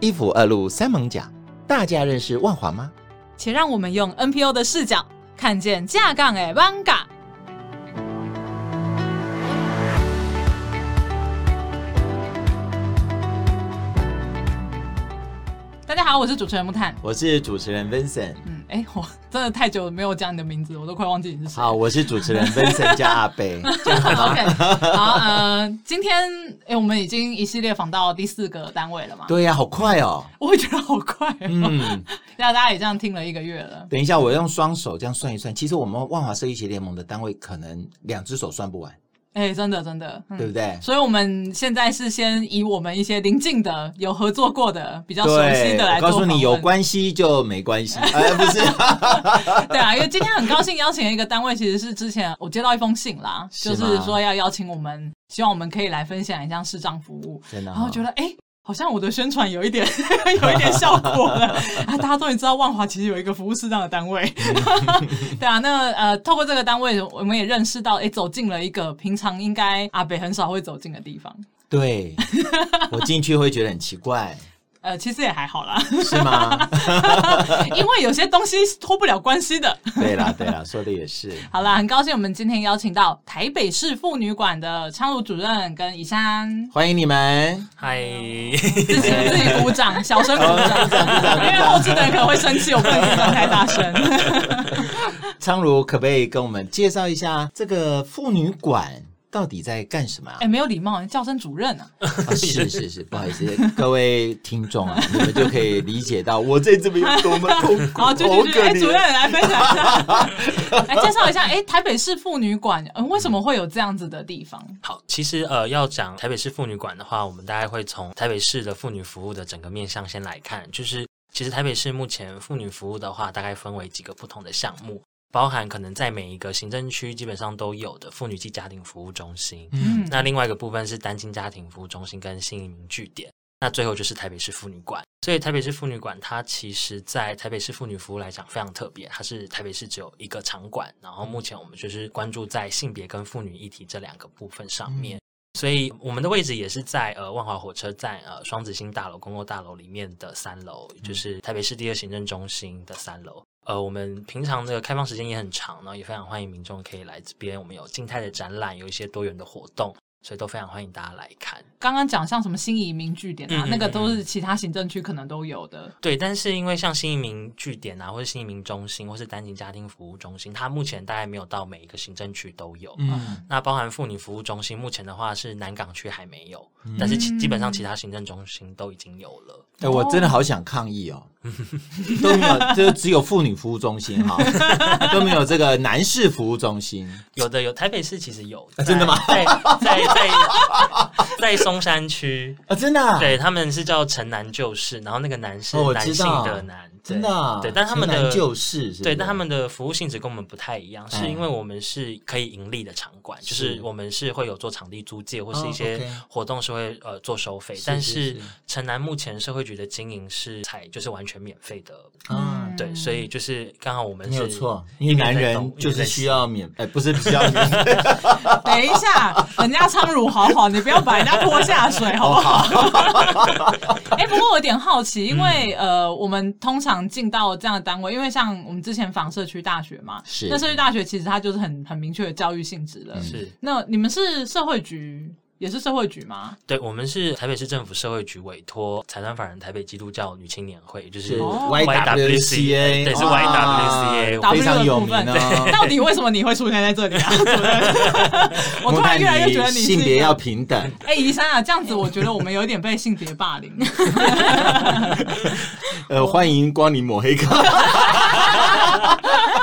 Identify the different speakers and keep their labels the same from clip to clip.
Speaker 1: 一府二路三艋甲，大家认识万华吗？
Speaker 2: 且让我们用 NPO 的视角看见架杠诶 v a n g a 大家好，我是主持人木炭。
Speaker 1: 我是主持人 Vincent。
Speaker 2: 嗯，哎、我真的太久没有讲你的名字，我都快忘记 你是谁。
Speaker 1: 好，我是主持人 Vincent 加阿贝。
Speaker 2: OK，好，呃，今天哎、我们已经一系列访到第四个单位了嘛？
Speaker 1: 对呀、好快哦。
Speaker 2: 我觉得好快 哦，
Speaker 1: 嗯，
Speaker 2: 那、大家也这样听了一个月了。
Speaker 1: 等一下，我用双手这样算一算，其实我们万华社一协联盟的单位可能两只手算不完，
Speaker 2: 哎、真的真的，嗯
Speaker 1: 对不对？
Speaker 2: 所以，我们现在是先以我们一些邻近的、有合作过的、比较熟悉的来
Speaker 1: 我
Speaker 2: 做
Speaker 1: 告诉
Speaker 2: 访问
Speaker 1: 你，有关系就没关 系，哎，不是，
Speaker 2: 对啊，因为今天很高兴邀请了一个单位，其实是之前我接到一封信啦，
Speaker 1: 是
Speaker 2: 就
Speaker 1: 吗
Speaker 2: 是说要邀请我们，希望我们可以来分享一下视障服务，
Speaker 1: 真的哦
Speaker 2: 然后觉得哎。诶好像我的宣传有一点 有一点效果 了啊！大家终于知道万华其实有一个服务适当的单位，对啊，那呃，透过这个单位，我们也认识到，哎、走进了一个平常应该阿北很少会走进的地方。
Speaker 1: 对，我进去会觉得很奇怪，
Speaker 2: 呃，其实也还好啦，
Speaker 1: 是 吗？
Speaker 2: 因为有些东西是脱不了关系的。
Speaker 1: 对啦，对啦，说的也是，
Speaker 2: 好啦，很高兴我们今天邀请到台北市妇女馆的昌儒主任跟以珊
Speaker 1: 欢迎你们。
Speaker 3: 嗨，
Speaker 2: 自己自己鼓掌，小哦声鼓掌，因为后置的人可能会生气，我不能鼓掌太大声。
Speaker 1: 昌如可不可以跟我们介绍一下这个妇女馆到底在干什么啊
Speaker 2: 哎、？没有礼貌，叫声主任啊！
Speaker 1: 啊是是是，不好意思，各位听众啊，你们就可以理解到我在这边有多么痛 苦，
Speaker 2: 好，
Speaker 3: 哦
Speaker 1: 好
Speaker 2: 去去去，哎、
Speaker 1: 可
Speaker 2: 主任
Speaker 1: 怜。
Speaker 2: 来分享一下，来、介绍一下，哎、台北市妇女馆，嗯、为什么会有这样子的地方？
Speaker 3: 好，其实呃，要讲台北市妇女馆的话，我们大概会从台北市的妇女服务的整个面向先来看，就是其实台北市目前妇女服务的话，大概分为几个不同的项目，包含可能在每一个行政区基本上都有的妇女及家庭服务中心，
Speaker 1: 嗯，
Speaker 3: 那另外一个部分是单亲家庭服务中心跟新移民据点。那最后就是台北市妇女馆，所以台北市妇女馆它其实，在台北市妇女服务来讲非常特别，它是台北市只有一个场馆，然后目前我们就是关注在性别跟妇女议题这两个部分上面，所以我们的位置也是在呃万华火车站呃双子星大楼公共大楼里面的三楼，也就是台北市第二行政中心的三楼。呃，我们平常的开放时间也很长，然后也非常欢迎民众可以来这边。我们有静态的展览，有一些多元的活动，所以都非常欢迎大家来看。
Speaker 2: 刚刚讲像什么新移民据点啊，
Speaker 3: 嗯嗯
Speaker 2: 那个都是其他行政区可能都有的。
Speaker 3: 对，但是因为像新移民据点啊，或者新移民中心，或是单亲家庭服务中心，它目前大概没有到每一个行政区都有。
Speaker 1: 嗯，
Speaker 3: 那包含妇女服务中心，目前的话是南港区还没有，
Speaker 1: 嗯
Speaker 3: 但是其基本上其他行政中心都已经有了。
Speaker 1: 哎，我真的好想抗议哦， 都没有，就只有妇女服务中心哈， 都没有这个男士服务中心。
Speaker 3: 有的有，台北市其实有，
Speaker 1: 啊真的吗
Speaker 3: 在？在在在在松山区，
Speaker 1: 啊，真的啊，
Speaker 3: 对他们是叫城南旧事，然后那个南是
Speaker 1: 哦我
Speaker 3: 男
Speaker 1: 知
Speaker 3: 性
Speaker 1: 道
Speaker 3: 的男，对
Speaker 1: 真的啊，
Speaker 3: 对，但他们
Speaker 1: 城
Speaker 3: 的
Speaker 1: 南就是，是不嗯
Speaker 3: 对，
Speaker 1: 是
Speaker 3: 但他们的服务性质跟我们不太一样，是因为我们是可以盈利的场馆，就是是我们是会有做场地租借或是
Speaker 1: 哦
Speaker 3: 一些
Speaker 1: OK
Speaker 3: 活动是会呃做收费
Speaker 1: 是，
Speaker 3: 但
Speaker 1: 是是
Speaker 3: 是城南目前社会局的经营是采就是完全免费的，
Speaker 1: 啊，
Speaker 3: 对，所以就是刚好我们
Speaker 1: 没
Speaker 3: 是
Speaker 1: 有错，因
Speaker 3: 嗯一
Speaker 1: 为
Speaker 3: 边
Speaker 1: 男
Speaker 3: 在
Speaker 1: 人
Speaker 3: 动
Speaker 1: 就
Speaker 3: 一边
Speaker 1: 是
Speaker 3: 在
Speaker 1: 需
Speaker 3: 西
Speaker 1: 要 免，哎，不是需要免费。
Speaker 2: 等一下，人家苍乳豪华，你不要把人家拖下水，好
Speaker 1: 哦
Speaker 2: 不好？ 哎、不过我有点好奇，因为、
Speaker 1: 嗯
Speaker 2: 呃，我们通常进到这样的单位，因为像我们之前访社区大学嘛，
Speaker 1: 是嗯
Speaker 2: 那社区大学其实它就是很很明确的教育性质的。
Speaker 3: 是
Speaker 2: 那你们是社会局，也是社会局吗？
Speaker 3: 对，我们是台北市政府社会局委托财团法人台北基督教女青年会，就是
Speaker 1: 是
Speaker 2: 哦
Speaker 1: YWCA，
Speaker 3: 对，是
Speaker 1: 哇
Speaker 3: YWCA
Speaker 2: 打
Speaker 1: 非常
Speaker 2: W
Speaker 1: 有
Speaker 2: 的部
Speaker 1: 名
Speaker 2: 分
Speaker 1: 哦，
Speaker 2: 到底为什么你会出现在这里 啊？主任我突
Speaker 1: 莫
Speaker 2: 然越来
Speaker 1: 看
Speaker 2: 越
Speaker 1: 你
Speaker 2: 觉得你是一
Speaker 1: 性别
Speaker 2: 个
Speaker 1: 要平等，
Speaker 2: 哎、宜珊啊，这样子我觉得我们有点被性别 霸凌。
Speaker 1: 呃，欢迎光临抹黑咖。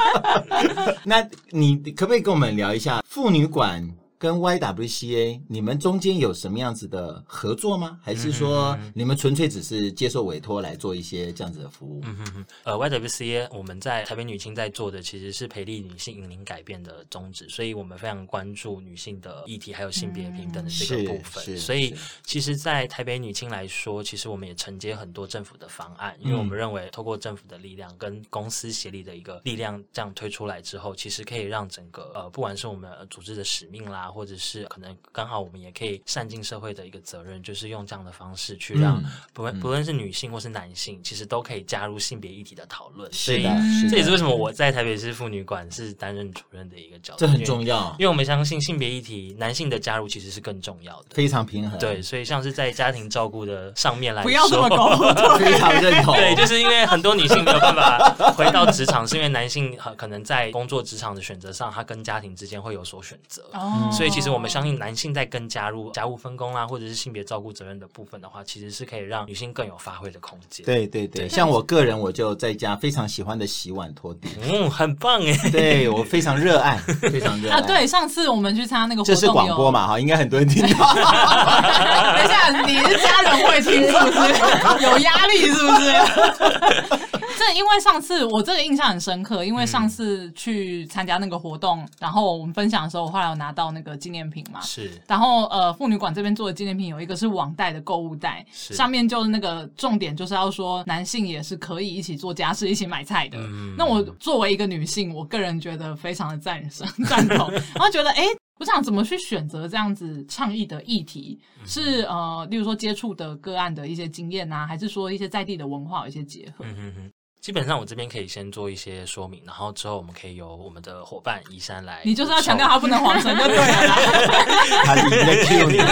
Speaker 1: 那你可不可以跟我们聊一下妇女馆跟 YWCA 你们中间有什么样子的合作吗？还是说
Speaker 2: 嗯
Speaker 1: 你们纯粹只是接受委托来做一些这样子的服务？
Speaker 3: 嗯哼哼，呃，YWCA 我们在台北女青在做的其实是培力女性引领改变的宗旨，所以我们非常关注女性的议题还有性别平等的这
Speaker 1: 嗯
Speaker 3: 个部
Speaker 1: 是是
Speaker 3: 分。所以
Speaker 1: 是
Speaker 3: 其实，在台北女青来说，其实我们也承接很多政府的方案，
Speaker 1: 嗯
Speaker 3: 因为我们认为透过政府的力量跟公司协力的一个力量，这样推出来之后，其实可以让整个呃，不管是我们呃组织的使命啦，或者是可能刚好我们也可以善尽社会的一个责任，就是用这样的方式去让
Speaker 1: 嗯
Speaker 3: 不论不论是女性或是男性，其实都可以加入性别议题的讨论。所
Speaker 1: 是
Speaker 3: 以
Speaker 1: 的，是
Speaker 3: 这也
Speaker 1: 的，
Speaker 3: 是为什么我在台北市妇女馆是担任主任的一个角色，
Speaker 1: 这很
Speaker 3: 要，
Speaker 1: 重要
Speaker 3: 因，为我们相信性别议题，男性的加入其实是更重要的。
Speaker 1: 非常平衡，
Speaker 3: 对，，所以像是在家庭照顾的上面来说，
Speaker 2: 不要这么 高
Speaker 1: 非常认 同，
Speaker 3: 对，就是因为很多女性没有办法回到职场，是因为男性呃可能在工作职场的选择上，他跟家庭之间会有所选择。
Speaker 2: 哦
Speaker 3: 所以，其实我们相信男性在跟加入家务分工啦、或者是性别照顾责任的部分的话，其实是可以让女性更有发挥的空间。，
Speaker 1: 对对对，像我个人，我就在家非常喜欢的洗碗拖 地，
Speaker 3: 嗯，很棒哎。
Speaker 1: 对我非常热爱，非常热爱。
Speaker 2: 啊，，对，上次我们去参加那个活动，
Speaker 1: 这是广播？嘛哈，应该很多人听到。
Speaker 2: 等一下，你是家人会听是不 是？有压力是不是？这因为上次我这个印象很深刻，因为上次去参加那个活动，然后我们分享的时候，我后来有拿到那个纪念品嘛，
Speaker 3: 是
Speaker 2: 然后呃，妇女馆这边做的纪念品有一个是网袋的购物袋，
Speaker 3: 是
Speaker 2: 上面就是那个重点就是要说男性也是可以一起做家事、一起买菜的。
Speaker 1: 嗯
Speaker 3: 嗯
Speaker 2: 那我作为一个女性，我个人觉得非常的赞赏、 赞同，然后觉得哎。诶我想怎么去选择这样子倡议的议题？
Speaker 3: 嗯
Speaker 2: 是呃，例如说接触的个案的一些经验啊，还是说一些在地的文化有一些结合？
Speaker 3: 嗯哼哼，基本上我这边可以先做一些说明，然后之后我们可以由我们的伙伴宜山来。
Speaker 2: 你就是要强调它不能黄神就对了啦。
Speaker 1: 他已经在 Q 你了。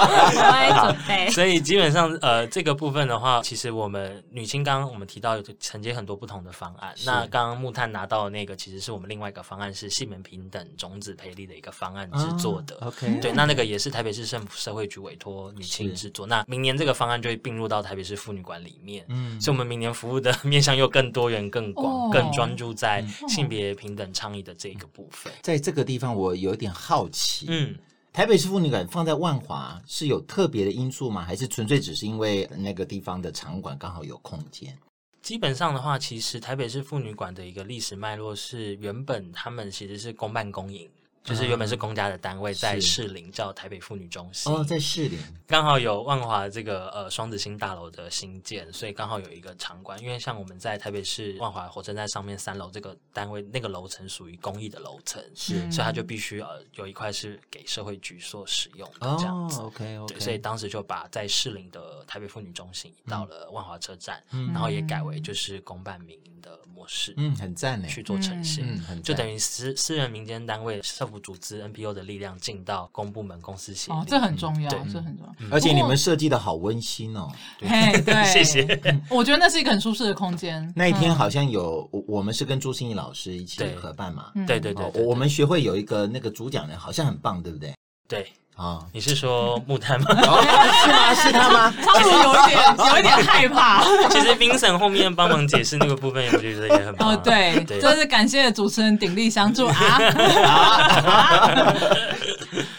Speaker 2: 我会准备。
Speaker 3: 所以基本上，呃，这个部分的话，其实我们女性刚刚我们提到有承接很多不同的方案。那刚刚木炭拿到的那个，其实是我们另外一个方案，是性别平等种子培力的一个方案制作
Speaker 2: 哦
Speaker 3: 的。
Speaker 1: OK，
Speaker 3: 对，那那个也是台北市政府社会局委托女性制作。那明年这个方案就会并入到台北市妇女馆里面，
Speaker 1: 嗯
Speaker 3: 所以我们明年服务的 面向又更多元、更广、
Speaker 2: 哦
Speaker 3: 更专注在
Speaker 1: 嗯
Speaker 3: 性别平等倡议的这个部分。
Speaker 1: 在这个地方我有点好奇，
Speaker 3: 嗯，
Speaker 1: 台北市妇女馆放在万华是有特别的因素吗？还是纯粹只是因为那个地方的场馆刚好有空间？
Speaker 3: 基本上的话，其实台北市妇女馆的一个历史脉络是，原本他们其实是公办公营，
Speaker 1: 啊
Speaker 3: 就是原本是公家的单位，在士林叫台北妇女中心。
Speaker 1: 哦，在士林，
Speaker 3: 刚好有万华这个呃双子星大楼的新建，所以刚好有一个场馆。因为像我们在台北市万华火车站上面三楼这个单位，那个楼层属于公益的楼层，
Speaker 1: 是
Speaker 3: 所以它就必须呃有一块是给社会局所使用的这样
Speaker 1: 哦
Speaker 3: 子。
Speaker 1: ，OK
Speaker 3: 对，所以
Speaker 1: OK，
Speaker 3: 当时就把在士林的台北妇女中心移到了万华车站，然后也改为就是公办民营的模式、
Speaker 1: 嗯，很赞呢，
Speaker 3: 去做呈现。
Speaker 1: 嗯，很
Speaker 3: 就
Speaker 1: 赞
Speaker 3: 等于私私人民间单位、社福组织、NPO 的力量进到公部门、公司协 力。
Speaker 2: 哦，这很重要，
Speaker 3: 对嗯
Speaker 2: 这很重要。
Speaker 1: 而且你们设计的好温馨哦。
Speaker 2: 嘿，对，嗯
Speaker 3: 谢谢。
Speaker 2: 我觉得那是一个很舒适的空间。
Speaker 1: 那一天好像有我我们是跟朱心怡老师一起
Speaker 3: 对
Speaker 1: 合办嘛，
Speaker 2: 嗯
Speaker 3: 对对对
Speaker 1: 哦
Speaker 3: 对，
Speaker 1: 我们学会有一个那个主讲人好像很棒，对不对？
Speaker 3: 对，、
Speaker 1: 啊
Speaker 3: 你是说木炭吗？
Speaker 1: 是吗？是他吗？
Speaker 2: 超鲁有一点有一点害怕
Speaker 3: 其实冰神后面帮忙解释那个部分，我觉得也很棒。
Speaker 2: 哦，对，
Speaker 3: 对
Speaker 2: 真是感谢主持人鼎力相助啊！ 啊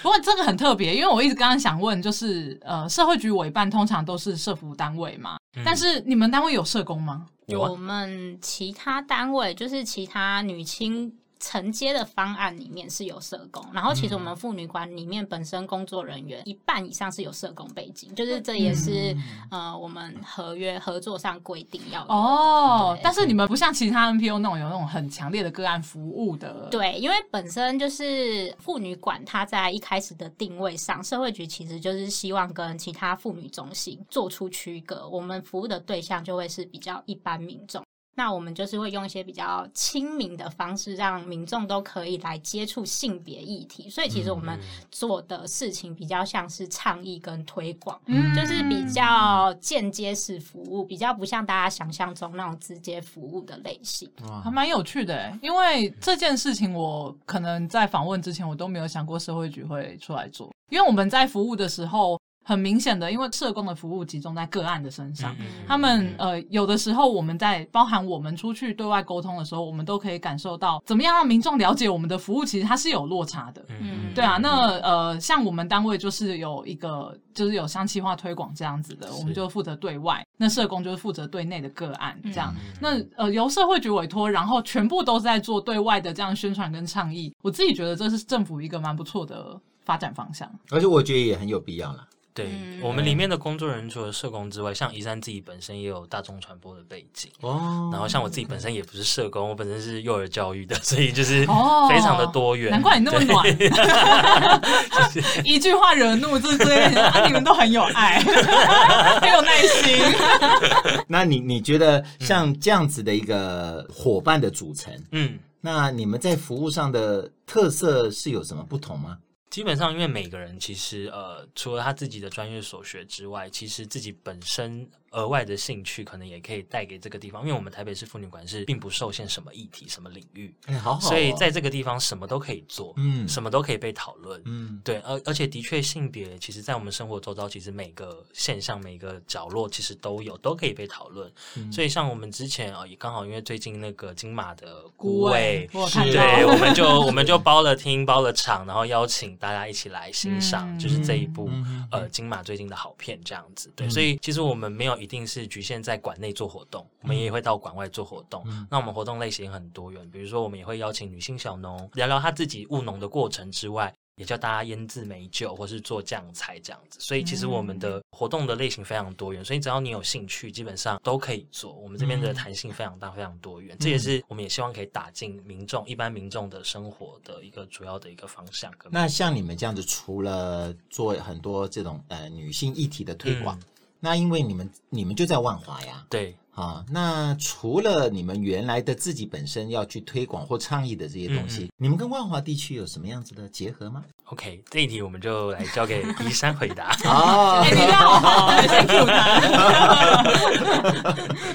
Speaker 2: 不过这个很特别，因为我一直刚刚想问，就是呃，社会局委办通常都是社服单位嘛，但是你们单位有社工吗？
Speaker 3: 有啊
Speaker 4: 我们其他单位就是其他女青承接的方案里面是有社工，然后其实我们妇女馆里面本身工作人
Speaker 3: 嗯
Speaker 4: 员一半以上是有社工背景，就是这也是、
Speaker 3: 嗯
Speaker 4: 呃我们合约合作上规定要有的
Speaker 2: 哦
Speaker 4: 对，
Speaker 2: 但是你们不像其他 NPO 那种有那种很强烈的个案服务的，，
Speaker 4: 对，因为本身就是妇女馆，它在一开始的定位上，社会局其实就是希望跟其他妇女中心做出区隔，我们服务的对象就会是比较一般民众。那我们就是会用一些比较亲民的方式，让民众都可以来接触性别议题。所以，其实我们做的事情比较像是倡议跟推广。
Speaker 2: 嗯
Speaker 4: 就是比较间接式服务，比较不像大家想象中那种直接服务的类型。
Speaker 2: 还蛮有趣的欸，因为这件事情我可能在访问之前，我都没有想过社会局会出来做，因为我们在服务的时候，很明显的，因为社工的服务集中在个案的身
Speaker 3: 嗯
Speaker 2: 上。他们呃，有的时候我们在包含我们出去对外沟通的时候，我们都可以感受到，怎么样让民众了解我们的服务，其实它是有落差的。
Speaker 4: 嗯
Speaker 2: 对啊，那呃，像我们单位就是有一个，就是有香气化推广这样子的，我们就负责对外，那社工就是负责对内的个案这样。那呃，由社会局委托，然后全部都是在做对外的这样宣传跟倡议，我自己觉得这是政府一个蛮不错的发展方向。
Speaker 1: 而且我觉得也很有必要了。
Speaker 3: 对、
Speaker 4: 嗯
Speaker 3: 我们里面的工作人员，除了社工之外，像宜山自己本身也有大众传播的背景。
Speaker 1: 哦，
Speaker 3: 然后像我自己本身也不是社工，我本身是幼儿教育的，所以就是
Speaker 2: 哦
Speaker 3: 非常的多元。
Speaker 2: 难怪你那么暖， 一句话惹怒这这些人，啊你们都很有 爱，很有耐心。
Speaker 1: 那你你觉得像这样子的一个伙伴的组成，
Speaker 3: 嗯，
Speaker 1: 那你们在服务上的特色是有什么不同吗？
Speaker 3: 基本上因为每个人其实呃，除了他自己的专业所学之外，其实自己本身额外的兴趣可能也可以带给这个地方。因为我们台北市妇女馆是并不受限什么议题、什么领域，
Speaker 1: 哎，好好哦、
Speaker 3: 所以在这个地方什么都可以做，
Speaker 1: 嗯
Speaker 3: 什么都可以被讨论。
Speaker 1: 嗯
Speaker 3: 对，而而且的确，性别其实，在我们生活周遭，其实每个现象、每个角落，其实都有，都可以被讨论。
Speaker 1: 嗯
Speaker 3: 所以，像我们之前啊，呃也刚好因为最近那个金马的
Speaker 2: 孤
Speaker 3: 位
Speaker 2: 味，，我有看
Speaker 1: 是
Speaker 3: 对，
Speaker 2: 到
Speaker 3: 我们就我们就包了厅，包了场，然后邀请大家一起来欣赏，
Speaker 2: 嗯
Speaker 3: 就是这一部、
Speaker 1: 嗯嗯
Speaker 3: 呃金马最近的好片这样子。对，所以其实我们没有一定是局限在馆内做活动，
Speaker 1: 嗯
Speaker 3: 我们也会到馆外做活动。那我们活动类型很多元，比如说我们也会邀请女性小农聊聊她自己务农的过程之外。也叫大家腌制美酒，或是做酱菜这样子，所以其实我们
Speaker 2: 嗯
Speaker 3: 的活动的类型非常多元，所以只要你有兴趣，基本上都可以做。我们这边的
Speaker 1: 嗯
Speaker 3: 弹性非常大，非常多元，这也是我们也希望可以打进民众一般民众的生活的一个主要的一个方向跟
Speaker 1: 那像你们这样子，除了做很多这种呃女性议题的推广，
Speaker 3: 嗯
Speaker 1: 那因为你们你们就在万华呀，
Speaker 3: 对，
Speaker 1: 啊，那除了你们原来的自己本身要去推广或倡议的这些东西，
Speaker 3: 嗯
Speaker 1: 你们跟万华地区有什么样子的结合吗？
Speaker 3: OK，这一题我们就来交给宜山回 答。
Speaker 1: 啊
Speaker 2: 哎，你这样好好， 先 Q 他。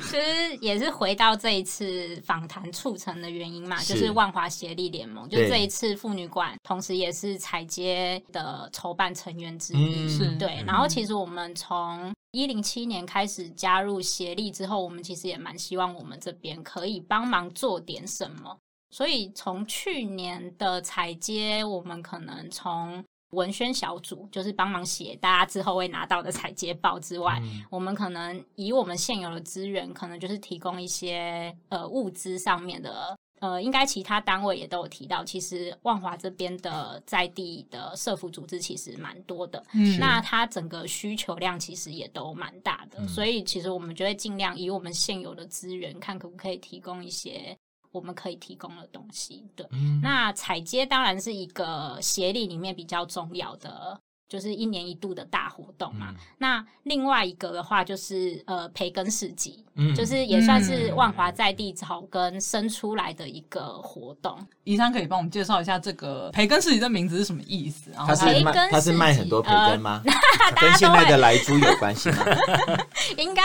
Speaker 4: 其实也是回到这一次访谈促成的原因嘛，
Speaker 1: 是
Speaker 4: 就是万华协力联盟，就
Speaker 1: 对
Speaker 4: 这一次妇女馆，同时也是彩街的筹办成员之
Speaker 1: 嗯
Speaker 4: 一。
Speaker 2: 是
Speaker 4: 对，然后其实我们从一零七年开始加入协力之后，我们其实也蛮希望我们这边可以帮忙做点什么。所以从去年的彩街，我们可能从文宣小组，就是帮忙写大家之后会拿到的彩街报之外，我们可能以我们现有的资源，可能就是提供一些呃物资上面的。呃，应该其他单位也都有提到，其实万华这边的在地的社服组织其实蛮多的，
Speaker 2: 嗯
Speaker 4: 那它整个需求量其实也都蛮大的，
Speaker 1: 嗯
Speaker 4: 所以其实我们就会尽量以我们现有的资源，看可不可以提供一些我们可以提供的东西。对，
Speaker 1: 嗯
Speaker 4: 那彩街当然是一个协力里面比较重要的，就是一年一度的大活动
Speaker 1: 嗯
Speaker 4: 嘛。那另外一个的话就是呃培根市集，
Speaker 1: 嗯
Speaker 4: 就是也算是
Speaker 3: 嗯
Speaker 4: 万华在地草根生出来的一个活动。
Speaker 2: 宜昌可以帮我们介绍一下这个培根市集这名字是什么意思？然后
Speaker 1: 他
Speaker 2: 它
Speaker 1: 是
Speaker 4: 培
Speaker 1: 卖
Speaker 4: 根
Speaker 1: 他是卖
Speaker 4: 市集
Speaker 1: 很多培
Speaker 4: 呃
Speaker 1: 根 吗？跟现在的莱猪有关系吗？
Speaker 4: 应该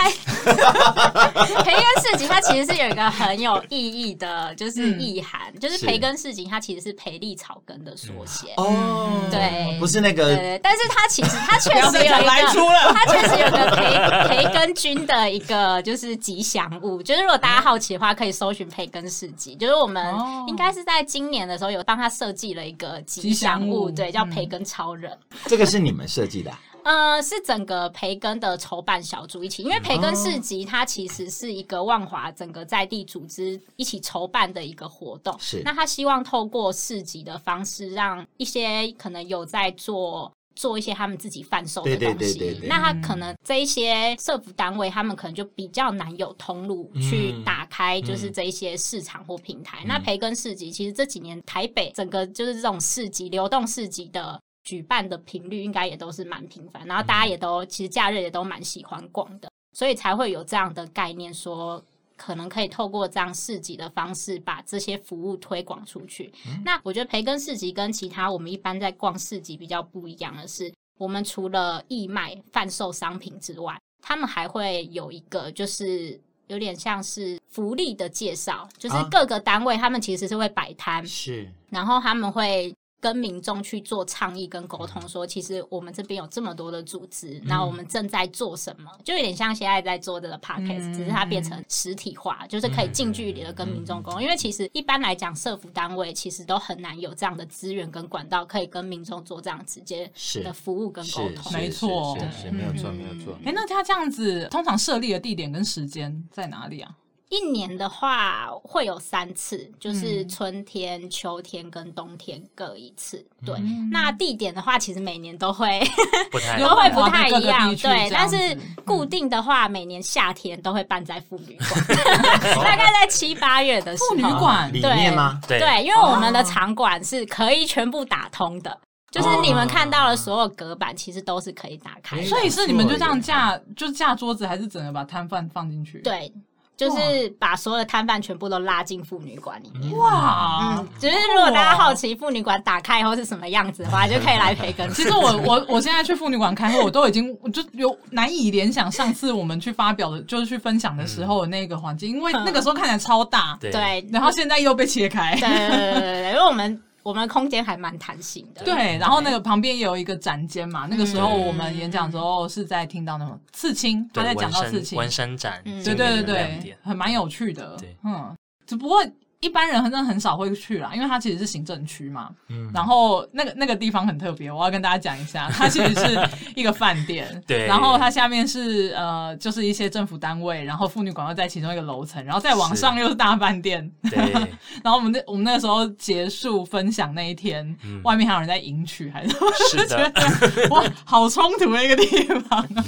Speaker 4: 培根市集它其实是有一个很有意义的，就是意涵，就是
Speaker 1: 嗯是嗯
Speaker 4: 培根市集它其实是培力草根的缩写。
Speaker 1: 哦，
Speaker 4: 嗯对
Speaker 1: 不是那个
Speaker 4: 对，但是它其实它确
Speaker 2: 不
Speaker 4: 实
Speaker 2: 要
Speaker 4: 有
Speaker 2: 再
Speaker 4: 一
Speaker 2: 讲来出
Speaker 4: 个，
Speaker 2: 了。
Speaker 4: 它确实有个培培根菌的一个就是吉祥物。就是如果大家好奇的话，可以搜寻培根市集。就是我们
Speaker 2: 哦
Speaker 4: 应该是在今年的时候有帮他设计了一个吉
Speaker 2: 吉祥
Speaker 4: 祥物，
Speaker 2: 物
Speaker 4: 对，叫
Speaker 2: 嗯
Speaker 4: 培根超人。
Speaker 1: 这个是你们设计的啊、
Speaker 4: 呃，是整个培根的筹办小组一起，因为培根市集它其实是一个万华整个在地组织一起筹办的一个活动。
Speaker 1: 是
Speaker 4: 那他希望透过市集的方式，让一些可能有在做。做一些他们自己贩售的
Speaker 1: 对对
Speaker 4: 东西，
Speaker 1: 对对对
Speaker 4: 那他可能这一些社服单位，他们可能就比较难有通路去
Speaker 1: 嗯
Speaker 4: 打开，就是这一些市场或平台。那培根市集其实这几年台北整个就是这种市集流动市集的举办的频率，应该也都是蛮频繁，然后
Speaker 1: 嗯
Speaker 4: 大家也都、其实假日也都蛮喜欢逛的，所以才会有这样的概念说。可能可以透过这样市集的方式，把这些服务推广出去。那我觉得培根市集跟其他我们一般在逛市集比较不一样的是，我们除了义卖贩售商品之外，他们还会有一个就是有点像是福利的介绍，就是
Speaker 1: 啊
Speaker 4: 各个单位他们其实是会摆摊，
Speaker 1: 是
Speaker 4: 然后他们会跟民众去做倡议跟沟
Speaker 2: 嗯
Speaker 4: 通，说其实我们这边有这么多的组织，那我们正在做什么，就有点像现在在做这个 podcast，、
Speaker 2: 嗯
Speaker 4: 只是它变成实体化，就是可以近距离的跟民众
Speaker 2: 嗯
Speaker 4: 沟通。因为其实一般来讲，社服单位其实都很难有这样的资源跟管道，可以跟民众做这样直接
Speaker 1: 是
Speaker 4: 的服务跟
Speaker 1: 是
Speaker 4: 沟
Speaker 1: 是
Speaker 4: 通。
Speaker 2: 没错
Speaker 1: 是是是没有错
Speaker 4: 嗯
Speaker 1: 没有错。
Speaker 2: 哎，那它这样子通常设立的地点跟时间在哪里啊？
Speaker 4: 一年的话会有三次，就是
Speaker 2: 嗯
Speaker 4: 春天、秋天跟冬天各一次。对，
Speaker 2: 嗯
Speaker 4: 那地点的话，其实每年都会
Speaker 3: 不太
Speaker 2: 有
Speaker 4: 都会
Speaker 2: 可能啊
Speaker 4: 不太
Speaker 2: 各
Speaker 4: 一
Speaker 2: 个
Speaker 4: 样
Speaker 2: 地，区
Speaker 4: 对。
Speaker 2: 这样
Speaker 4: 但
Speaker 2: 子
Speaker 4: 是固定的话，每年夏天都会办在妇女
Speaker 2: 嗯
Speaker 4: 馆， 大
Speaker 1: 哦
Speaker 4: 概在七八月的时
Speaker 2: 妇女
Speaker 4: 候。
Speaker 2: 馆
Speaker 1: 里
Speaker 4: 对
Speaker 1: 面吗？
Speaker 3: 对
Speaker 4: 对，因为我们的场馆是可以全部打通的，就是你们看到的所有隔板，其实都是可以打开的。
Speaker 2: 所以是你们就这样架，就是架桌子，还是整个把摊贩放进去？，
Speaker 4: 对，就是把所有的摊贩全部都拉进妇女馆里面。
Speaker 2: 哇，
Speaker 4: 嗯，只是如果大家好奇妇女馆打开以后是什么样子的话，就可以来培根。
Speaker 2: 其实我我我现在去妇女馆开会，我都已经我就有难以联想上次我们去发表的，就是去分享的时候的那个环境，因为那个时候看起来超大，
Speaker 3: 嗯对
Speaker 4: 对
Speaker 2: 然后现在又被切开
Speaker 4: 对对，对对对对，因为我们我们空间还蛮弹性的。
Speaker 2: 对，然后那个旁边也有一个展间嘛，那个时候我们演讲的时候是在听到那种刺青，他
Speaker 3: 对
Speaker 2: 在讲
Speaker 3: 纹
Speaker 2: 到刺
Speaker 3: 身
Speaker 2: 青，
Speaker 3: 纹身展，
Speaker 4: 嗯
Speaker 2: 对对
Speaker 3: 经
Speaker 2: 对
Speaker 3: 典的亮
Speaker 2: 对
Speaker 3: 点，
Speaker 2: 很蛮有趣的，
Speaker 3: 对
Speaker 2: 嗯，只不过。一般人真的很少会去啦，因为它其实是行政区嘛。
Speaker 1: 嗯
Speaker 2: 然后那个那个地方很特别，我要跟大家讲一下， 它其实是一个饭店。
Speaker 3: 对
Speaker 2: 然后它下面是呃，就是一些政府单位，然后妇女馆又在其中一个楼层，然后再往
Speaker 3: 是
Speaker 2: 上又是大饭店。
Speaker 3: 对，
Speaker 2: 然后我们那我们那时候结束分享那一天，
Speaker 3: 嗯
Speaker 2: 外面还有人在迎娶，还是
Speaker 3: 是的，
Speaker 2: 哇，好冲突的一个地方、啊，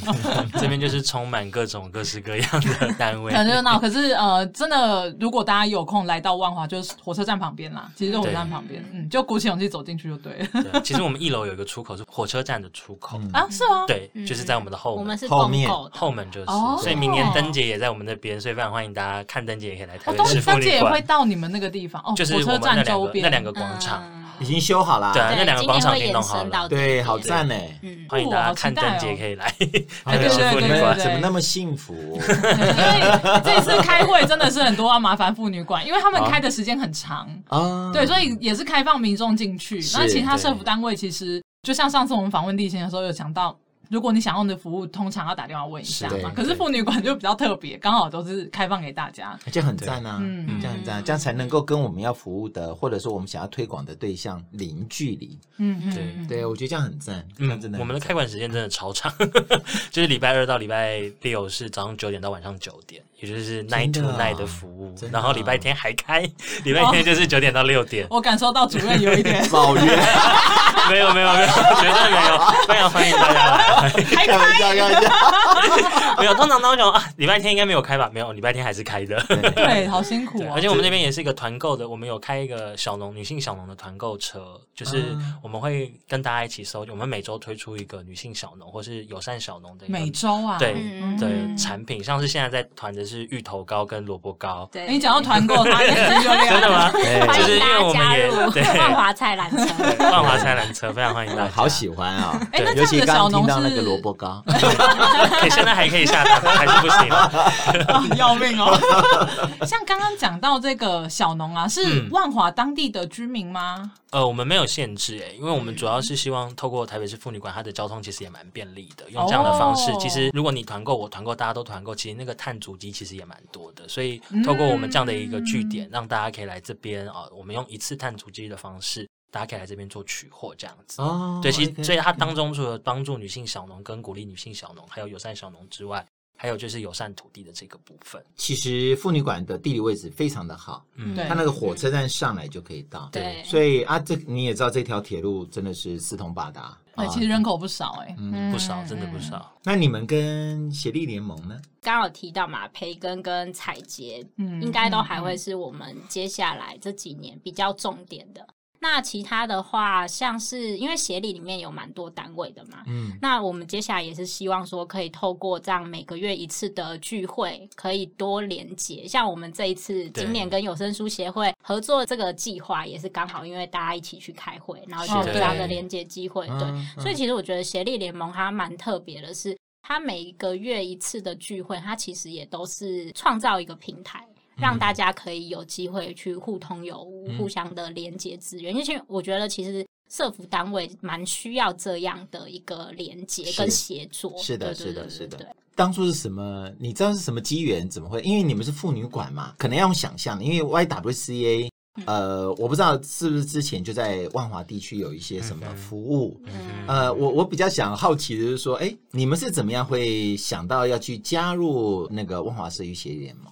Speaker 3: 这边就是充满各种各式各样 的单位
Speaker 2: 很，热 闹。可是呃，真的，如果大家有空来到万华，就是火车站旁边啦，其实就火车站旁边，嗯，就鼓起勇气走进去就对 了
Speaker 3: 对其实我们一楼有一个出口是火车站的出口，
Speaker 1: 嗯
Speaker 2: 啊，是吗？
Speaker 3: 对，
Speaker 4: 嗯
Speaker 3: 就是在我们的后
Speaker 4: 我
Speaker 3: 门
Speaker 4: 们。是
Speaker 1: 后
Speaker 4: 公
Speaker 1: 面
Speaker 4: 购的。
Speaker 3: 后门就是
Speaker 2: 哦，
Speaker 3: 所以明年灯节也在我们那边，所以非常欢迎大家看灯节，也可以来台
Speaker 2: 哦，
Speaker 3: 北
Speaker 2: 东
Speaker 3: 市妇
Speaker 2: 丹姐
Speaker 3: 女
Speaker 2: 也会
Speaker 3: 馆，
Speaker 2: 到你们那个地方哦，
Speaker 3: 就是
Speaker 2: 火
Speaker 3: 我
Speaker 2: 车
Speaker 3: 们那
Speaker 2: 站
Speaker 3: 两
Speaker 2: 周
Speaker 3: 个
Speaker 2: 边
Speaker 3: 那两个广场，
Speaker 4: 嗯
Speaker 1: 已经修好啦。
Speaker 3: 对啊
Speaker 4: 对
Speaker 3: 那两个广场
Speaker 4: 今
Speaker 3: 电
Speaker 4: 年
Speaker 3: 动
Speaker 4: 会延
Speaker 3: 好
Speaker 4: 伸到
Speaker 3: 了，
Speaker 1: 对，好赞呢！
Speaker 4: 嗯，
Speaker 3: 欢迎大家看灯节可以来
Speaker 1: 哎
Speaker 3: 台北市妇
Speaker 1: 你
Speaker 2: 对
Speaker 3: 女
Speaker 2: 对
Speaker 1: 们
Speaker 3: 馆，
Speaker 1: 怎么那么幸福？
Speaker 2: 因 为这次开会真的是很多要麻烦妇女馆，因为他
Speaker 3: 啊
Speaker 2: 们开的时间很长，
Speaker 3: 嗯
Speaker 1: 啊，
Speaker 2: 对，所以也是开放民众进去。
Speaker 1: 是
Speaker 2: 那其他社服单位其实就像上次我们访问地勤的时候有讲到，如果你想用的服务，通常要打电话问一下
Speaker 1: 是
Speaker 2: 嘛
Speaker 1: 对。
Speaker 2: 可是妇女馆就比较特别，刚好都是开放给大家。
Speaker 1: 这样很赞啊，
Speaker 2: 嗯
Speaker 1: 这样很赞，这样才能够跟我们要服务的，或者说我们想要推广的对象零距离。
Speaker 2: 嗯嗯，
Speaker 3: 对
Speaker 2: 嗯，
Speaker 1: 对，我觉得这样很赞，这样真的很
Speaker 3: 嗯，
Speaker 1: 赞。
Speaker 3: 我们的开馆时间真的超长， 就是礼拜二到礼拜六是早上九点到晚上九点，也就是 night to
Speaker 1: 真的啊
Speaker 3: night 的服务
Speaker 1: 真，的
Speaker 3: 然
Speaker 1: 啊哦
Speaker 3: 后礼拜天 还开，礼拜天就是九点到六点，
Speaker 2: 我感受到主任有一 点
Speaker 1: 老袁，
Speaker 3: 没有没有没有，绝对 没有，非常欢迎大家来。
Speaker 2: 开
Speaker 1: 开玩笑，开玩笑。
Speaker 3: 没有，通常都想啊，礼拜天应该没有开吧？没有，礼拜天还是开的。
Speaker 2: 对，好辛苦
Speaker 3: 对，
Speaker 2: 哦
Speaker 3: 而。且我们那边也是一个团购的，我们有开一个小农女性小农的团购车，就是
Speaker 2: 嗯
Speaker 1: 啊
Speaker 3: 我们会跟大家一起搜，我们每周推出一个女性小农或是友善小农的一个
Speaker 2: 每周啊，
Speaker 3: 对
Speaker 4: 嗯
Speaker 3: 的产品，像是现在在团的是芋头糕跟萝卜糕，
Speaker 4: 对
Speaker 2: 哎你讲到团购，他眼睛就亮
Speaker 3: 真的吗？
Speaker 1: 哎
Speaker 3: 就是因为我们也
Speaker 4: 欢迎大家加入万
Speaker 3: 对
Speaker 4: 华菜篮车。
Speaker 3: 万华菜篮车，非常欢迎大
Speaker 1: 我
Speaker 3: 家。
Speaker 1: 好喜欢啊！
Speaker 2: 哎那这样子
Speaker 1: 尤其刚
Speaker 2: 小
Speaker 1: 刚
Speaker 2: 农
Speaker 1: 听到那
Speaker 2: 是
Speaker 1: 个萝卜糕，
Speaker 3: 可以现在还可以下单，还是不行啊？
Speaker 2: 啊 要命 哦！像刚刚讲到这个小农啊，是
Speaker 3: 嗯
Speaker 2: 万华当地的居民吗？
Speaker 3: 呃，我们没有限制诶、因为我
Speaker 2: 嗯
Speaker 3: 们主要是希望透过台北市妇女馆，它的交通其实也蛮便利的，用这样的方式。
Speaker 2: 哦
Speaker 3: 其实如果你团购，我团购，大家都团购，其实那个碳足迹其实也蛮多的。所以
Speaker 2: 嗯
Speaker 3: 透过我们这样的一个据点，让大家可以来这边啊、呃我们用一次碳足迹的方式，大家可以来这边做取货这样子。
Speaker 1: 哦
Speaker 3: 对，其实
Speaker 1: OK
Speaker 3: 所以
Speaker 2: 嗯
Speaker 3: 它当中除了帮助女性小农跟鼓励女性小农，还有友善小农之外，还有就是友善土地的这个部分。
Speaker 1: 其实妇女馆的地理位置非常的好，
Speaker 3: 嗯，
Speaker 2: 对
Speaker 1: 它那个火车站上来就可以到。
Speaker 4: 对
Speaker 1: 所以啊，这你也知道，这条铁路真的是四通八达。
Speaker 2: 哎，
Speaker 1: 啊
Speaker 2: 其实人口不少哎。
Speaker 3: 嗯不少，真的不少。
Speaker 1: 那你们跟协力联盟呢？
Speaker 4: 刚刚有提到嘛，培根跟采洁
Speaker 2: 嗯
Speaker 4: 应该都还会是我们接下来这几年比较重点的。那其他的话，像是因为协理里面有蛮多单位的嘛，
Speaker 1: 嗯，
Speaker 4: 那我们接下来也是希望说，可以透过这样每个月一次的聚会，可以多连接。像我们这一次
Speaker 3: 对
Speaker 4: 今年跟有声书协会合作这个计划，也是刚好因为大家一起去开会，然后就有
Speaker 3: 是
Speaker 4: 这样的
Speaker 3: 对
Speaker 4: 连接机会。对，
Speaker 1: 嗯
Speaker 4: 所以其实我觉得协力联盟它蛮特别的是，它每一个月一次的聚会，它其实也都是创造一个平台。让大家可以有机会去互通有无，
Speaker 1: 嗯
Speaker 4: 互相的连接资源。因为我觉得其实社服单位蛮需要这样的一个连接
Speaker 1: 是
Speaker 4: 跟协作。
Speaker 1: 是的
Speaker 4: 对
Speaker 1: 是的
Speaker 4: 对对
Speaker 1: 是的
Speaker 4: 对对
Speaker 1: 当初是什么？你知道是什么机缘？怎么会？因为你们是妇女馆嘛，可能要用想象。因为 YWCA，呃，我不知道是不是之前就在万华地区有一些什么服务。
Speaker 4: 嗯
Speaker 1: 呃，我我比较想好奇的就是说，哎，你们是怎么样会想到要去加入那个万华社区协议联盟？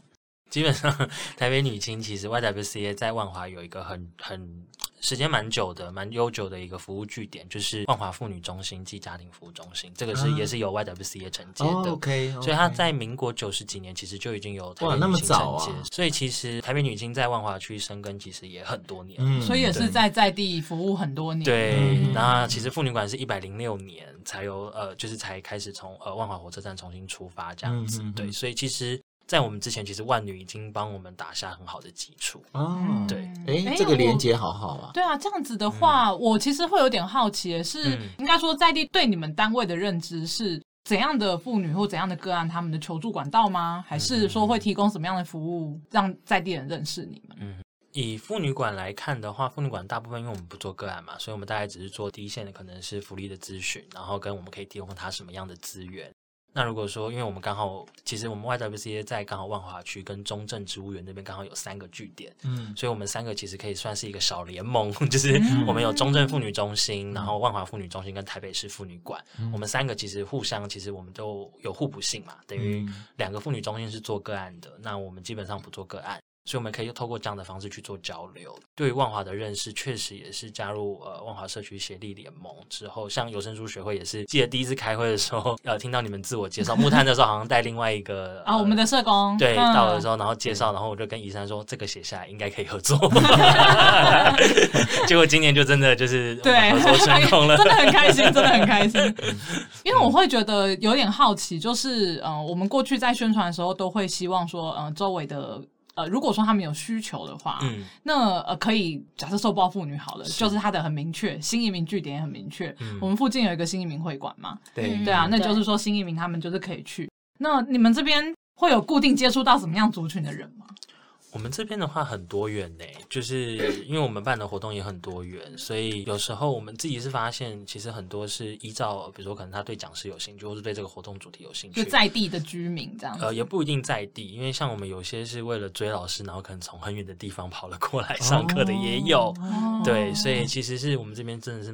Speaker 3: 基本上台北女青其实 YWCA 在万华有一个很很时间蛮久的、蛮悠久的一个服务据点，就是万华妇女中心暨家庭服务中心，这个是、
Speaker 1: 啊
Speaker 3: 也是由 YWCA 承接的。
Speaker 1: 哦，OK，
Speaker 3: 所以它在民国九十几年其实就已经有台
Speaker 1: 哇
Speaker 3: 北
Speaker 1: 那
Speaker 3: 女
Speaker 1: 么
Speaker 3: 青
Speaker 1: 早
Speaker 3: 承
Speaker 1: 啊
Speaker 3: 接，所以其实台北女青在万华区生根其实也很多年。
Speaker 1: 嗯
Speaker 2: 所以也是
Speaker 3: 对
Speaker 2: 在在地服务很多年。，
Speaker 3: 对
Speaker 1: 嗯，
Speaker 3: 那其实妇女馆是一百零六年才有呃，就是才开始从呃万华火车站重新出发这样子。
Speaker 1: 嗯嗯嗯
Speaker 3: 对，所以其实，在我们之前，其实万女已经帮我们打下很好的基础。
Speaker 1: 哦，
Speaker 3: 对
Speaker 1: 哎，
Speaker 2: 哎
Speaker 1: 这个连
Speaker 2: 我
Speaker 1: 接好好啊，
Speaker 2: 对啊，这样子的话，我其实会有点好奇，是、
Speaker 3: 嗯
Speaker 2: 应该说在地对你们单位的认知是怎样的妇女或怎样的个案，他们的求助管道吗？还是说会提供什么样的服务让在地人认识你
Speaker 3: 嗯
Speaker 2: 们？
Speaker 3: 以妇女馆来看的话，妇女馆大部分因为我们不做个案嘛，所以我们大概只是做第一线的，可能是福利的咨询，然后跟我们可以提供他什么样的资源。那如果说，因为我们刚好，其实我们 YWCA 在刚好万华区跟中正植物园那边刚好有三个据点，
Speaker 1: 嗯，
Speaker 3: 所以我们三个其实可以算是一个小联盟， 就是
Speaker 2: 嗯
Speaker 3: 我们有中正妇女中心，然后万华妇女中心跟台北市妇女馆，
Speaker 2: 嗯
Speaker 3: 我们三个其实互相其实我们都有互补性嘛，等于
Speaker 1: 嗯
Speaker 3: 两个妇女中心是做个案的，那我们基本上不做个案。所以我们可以透过这样的方式去做交流。对于万华的认识，确实也是加入呃万华社区协力联盟之后，像有声书学会也是，记得第一次开会的时候， 呃，听到你们自我介绍，木炭的时候好像带另外一个呃
Speaker 2: 啊，我们
Speaker 3: 的。
Speaker 2: 的社工嗯
Speaker 3: 对，到了之
Speaker 2: 候，
Speaker 3: 后，然后介绍，然后我就跟宜珊说，这个写下来应该可以合作。 结果今年就真的就是我
Speaker 2: 对
Speaker 3: 们，合作 成功了嗯
Speaker 2: 真。的很开心，真的很开心。因为我会觉得有点好奇，就是嗯、呃我们过去在宣传的时候都会希望说，嗯、周围的呃，如果说他们有需求的话，
Speaker 3: 嗯
Speaker 2: 那呃，可以假设受暴妇女好了，就是她的很明确，新移民据点也很明确。
Speaker 3: 嗯
Speaker 2: 我们附近有一个新移民会馆嘛，
Speaker 1: 对
Speaker 4: 嗯
Speaker 2: 对啊，那就是说新移民他们就是可以去。那你们这边会有固定接触到什么样族群的人吗？
Speaker 3: 我们这边的话很多元呢、就是因为我们办的活动也很多元，所以有时候我们自己是发现，其实很多是依照，比如说可能他对讲师有兴趣，或是对这个活动主题有兴
Speaker 2: 就
Speaker 3: 趣。
Speaker 2: 在地的居民这样子。
Speaker 3: 呃，也不一定在地，因为像我们有些是为了追老师，然后可能从很远的地方跑了过
Speaker 1: 哦
Speaker 3: 来上课的也有。
Speaker 2: 哦
Speaker 3: 对，所以其实是我们这边真的是，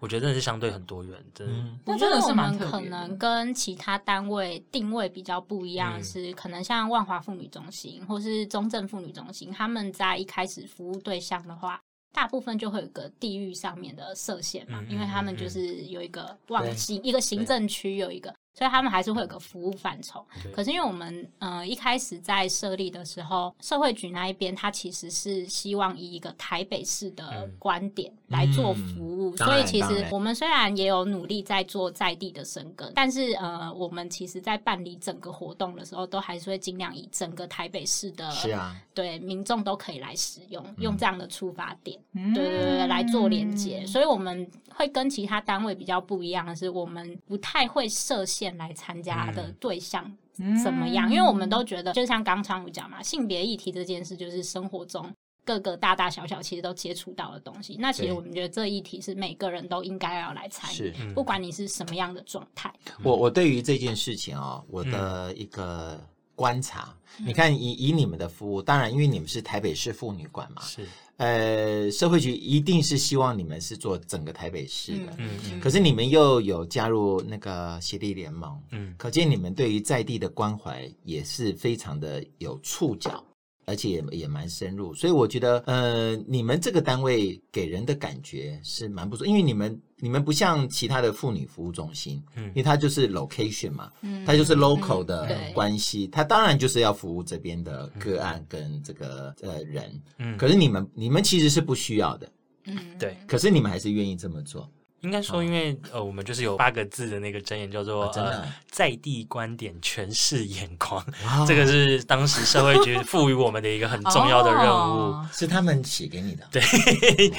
Speaker 3: 我觉得真的是相对很多元，真的。
Speaker 1: 嗯
Speaker 2: 那
Speaker 4: 我
Speaker 2: 真
Speaker 4: 觉
Speaker 2: 的
Speaker 4: 得
Speaker 2: 是
Speaker 4: 我
Speaker 2: 蛮
Speaker 4: 们
Speaker 2: 特
Speaker 4: 可
Speaker 2: 别的
Speaker 4: 能跟其他单位定位比较不一样
Speaker 3: 嗯
Speaker 4: 的是，可能像万华妇女中心或是中正妇女中心，他们在一开始服务对象的话，大部分就会有个地域上面的设限嘛
Speaker 3: 嗯，嗯
Speaker 4: 因为他们
Speaker 3: 嗯嗯
Speaker 4: 就是有一个往
Speaker 1: 对
Speaker 4: 行一个行政区有一个，所以他们还是会有个服务范畴。
Speaker 3: 对
Speaker 4: 可是因为我们呃一开始在设立的时候，社会局那一边它其实是希望以一个台北市的
Speaker 3: 嗯
Speaker 4: 观点来做服务，
Speaker 1: 嗯当
Speaker 4: 所以
Speaker 1: 然
Speaker 4: 其
Speaker 1: 当
Speaker 4: 实
Speaker 1: 然
Speaker 4: 我们虽然也有努力在做在地的生根，但是呃我们其实在办理整个活动的时候，都还是会尽量以整个台北市的
Speaker 1: 是啊，嗯
Speaker 4: 对民众都可以来使用，用这样的出发点。对对对，
Speaker 2: 嗯
Speaker 4: 来做连接，所以我们会跟其他单位比较不一样的是，我们不太会设限来参加的
Speaker 3: 嗯
Speaker 4: 对象
Speaker 2: 嗯
Speaker 4: 怎么样，因为我们都觉得，就像刚昌武讲嘛，性别议题这件事就是生活中各个大大小小其实都接触到的东西。那其实
Speaker 1: 对
Speaker 4: 我们觉得这议题是每个人都应该要来参与
Speaker 1: 是，
Speaker 3: 嗯
Speaker 4: 不管你是什么样的状态。
Speaker 1: 我我对于这件事情哦，我的一个观察，你看以以你们的服务，当然因为你们是台北市妇女馆嘛，
Speaker 3: 是，
Speaker 1: 呃，社会局一定是希望你们是做整个台北市的，
Speaker 3: 嗯嗯
Speaker 1: 可是你们又有加入那个协力联盟，
Speaker 3: 嗯
Speaker 1: 可见你们对于在地的关怀也是非常的有触角，而且也也蛮深入。所以我觉得，呃，你们这个单位给人的感觉是蛮不错，因为你们你们不像其他的妇女服务中心，
Speaker 3: 嗯
Speaker 1: 因为它就是 location 嘛，
Speaker 4: 嗯
Speaker 1: 它就是 local
Speaker 4: 嗯
Speaker 1: 的
Speaker 4: 对
Speaker 1: 关系，它当然就是要服务这边的个案跟这个呃人。
Speaker 3: 嗯，
Speaker 1: 可是你们你们其实是不需要的，
Speaker 4: 嗯
Speaker 3: 对
Speaker 1: 可是你们还是愿意这么做，
Speaker 3: 应该说，因为呃，我们就是有八个字的那个箴言，叫
Speaker 1: 嗯
Speaker 3: 做、
Speaker 1: 啊真哦的
Speaker 3: 呃、在地观点全是眼光，
Speaker 1: 哇
Speaker 3: 这个是当时社会局赋予我们的一个很重要的任务。
Speaker 2: 哦
Speaker 1: 是他们写给你的，对，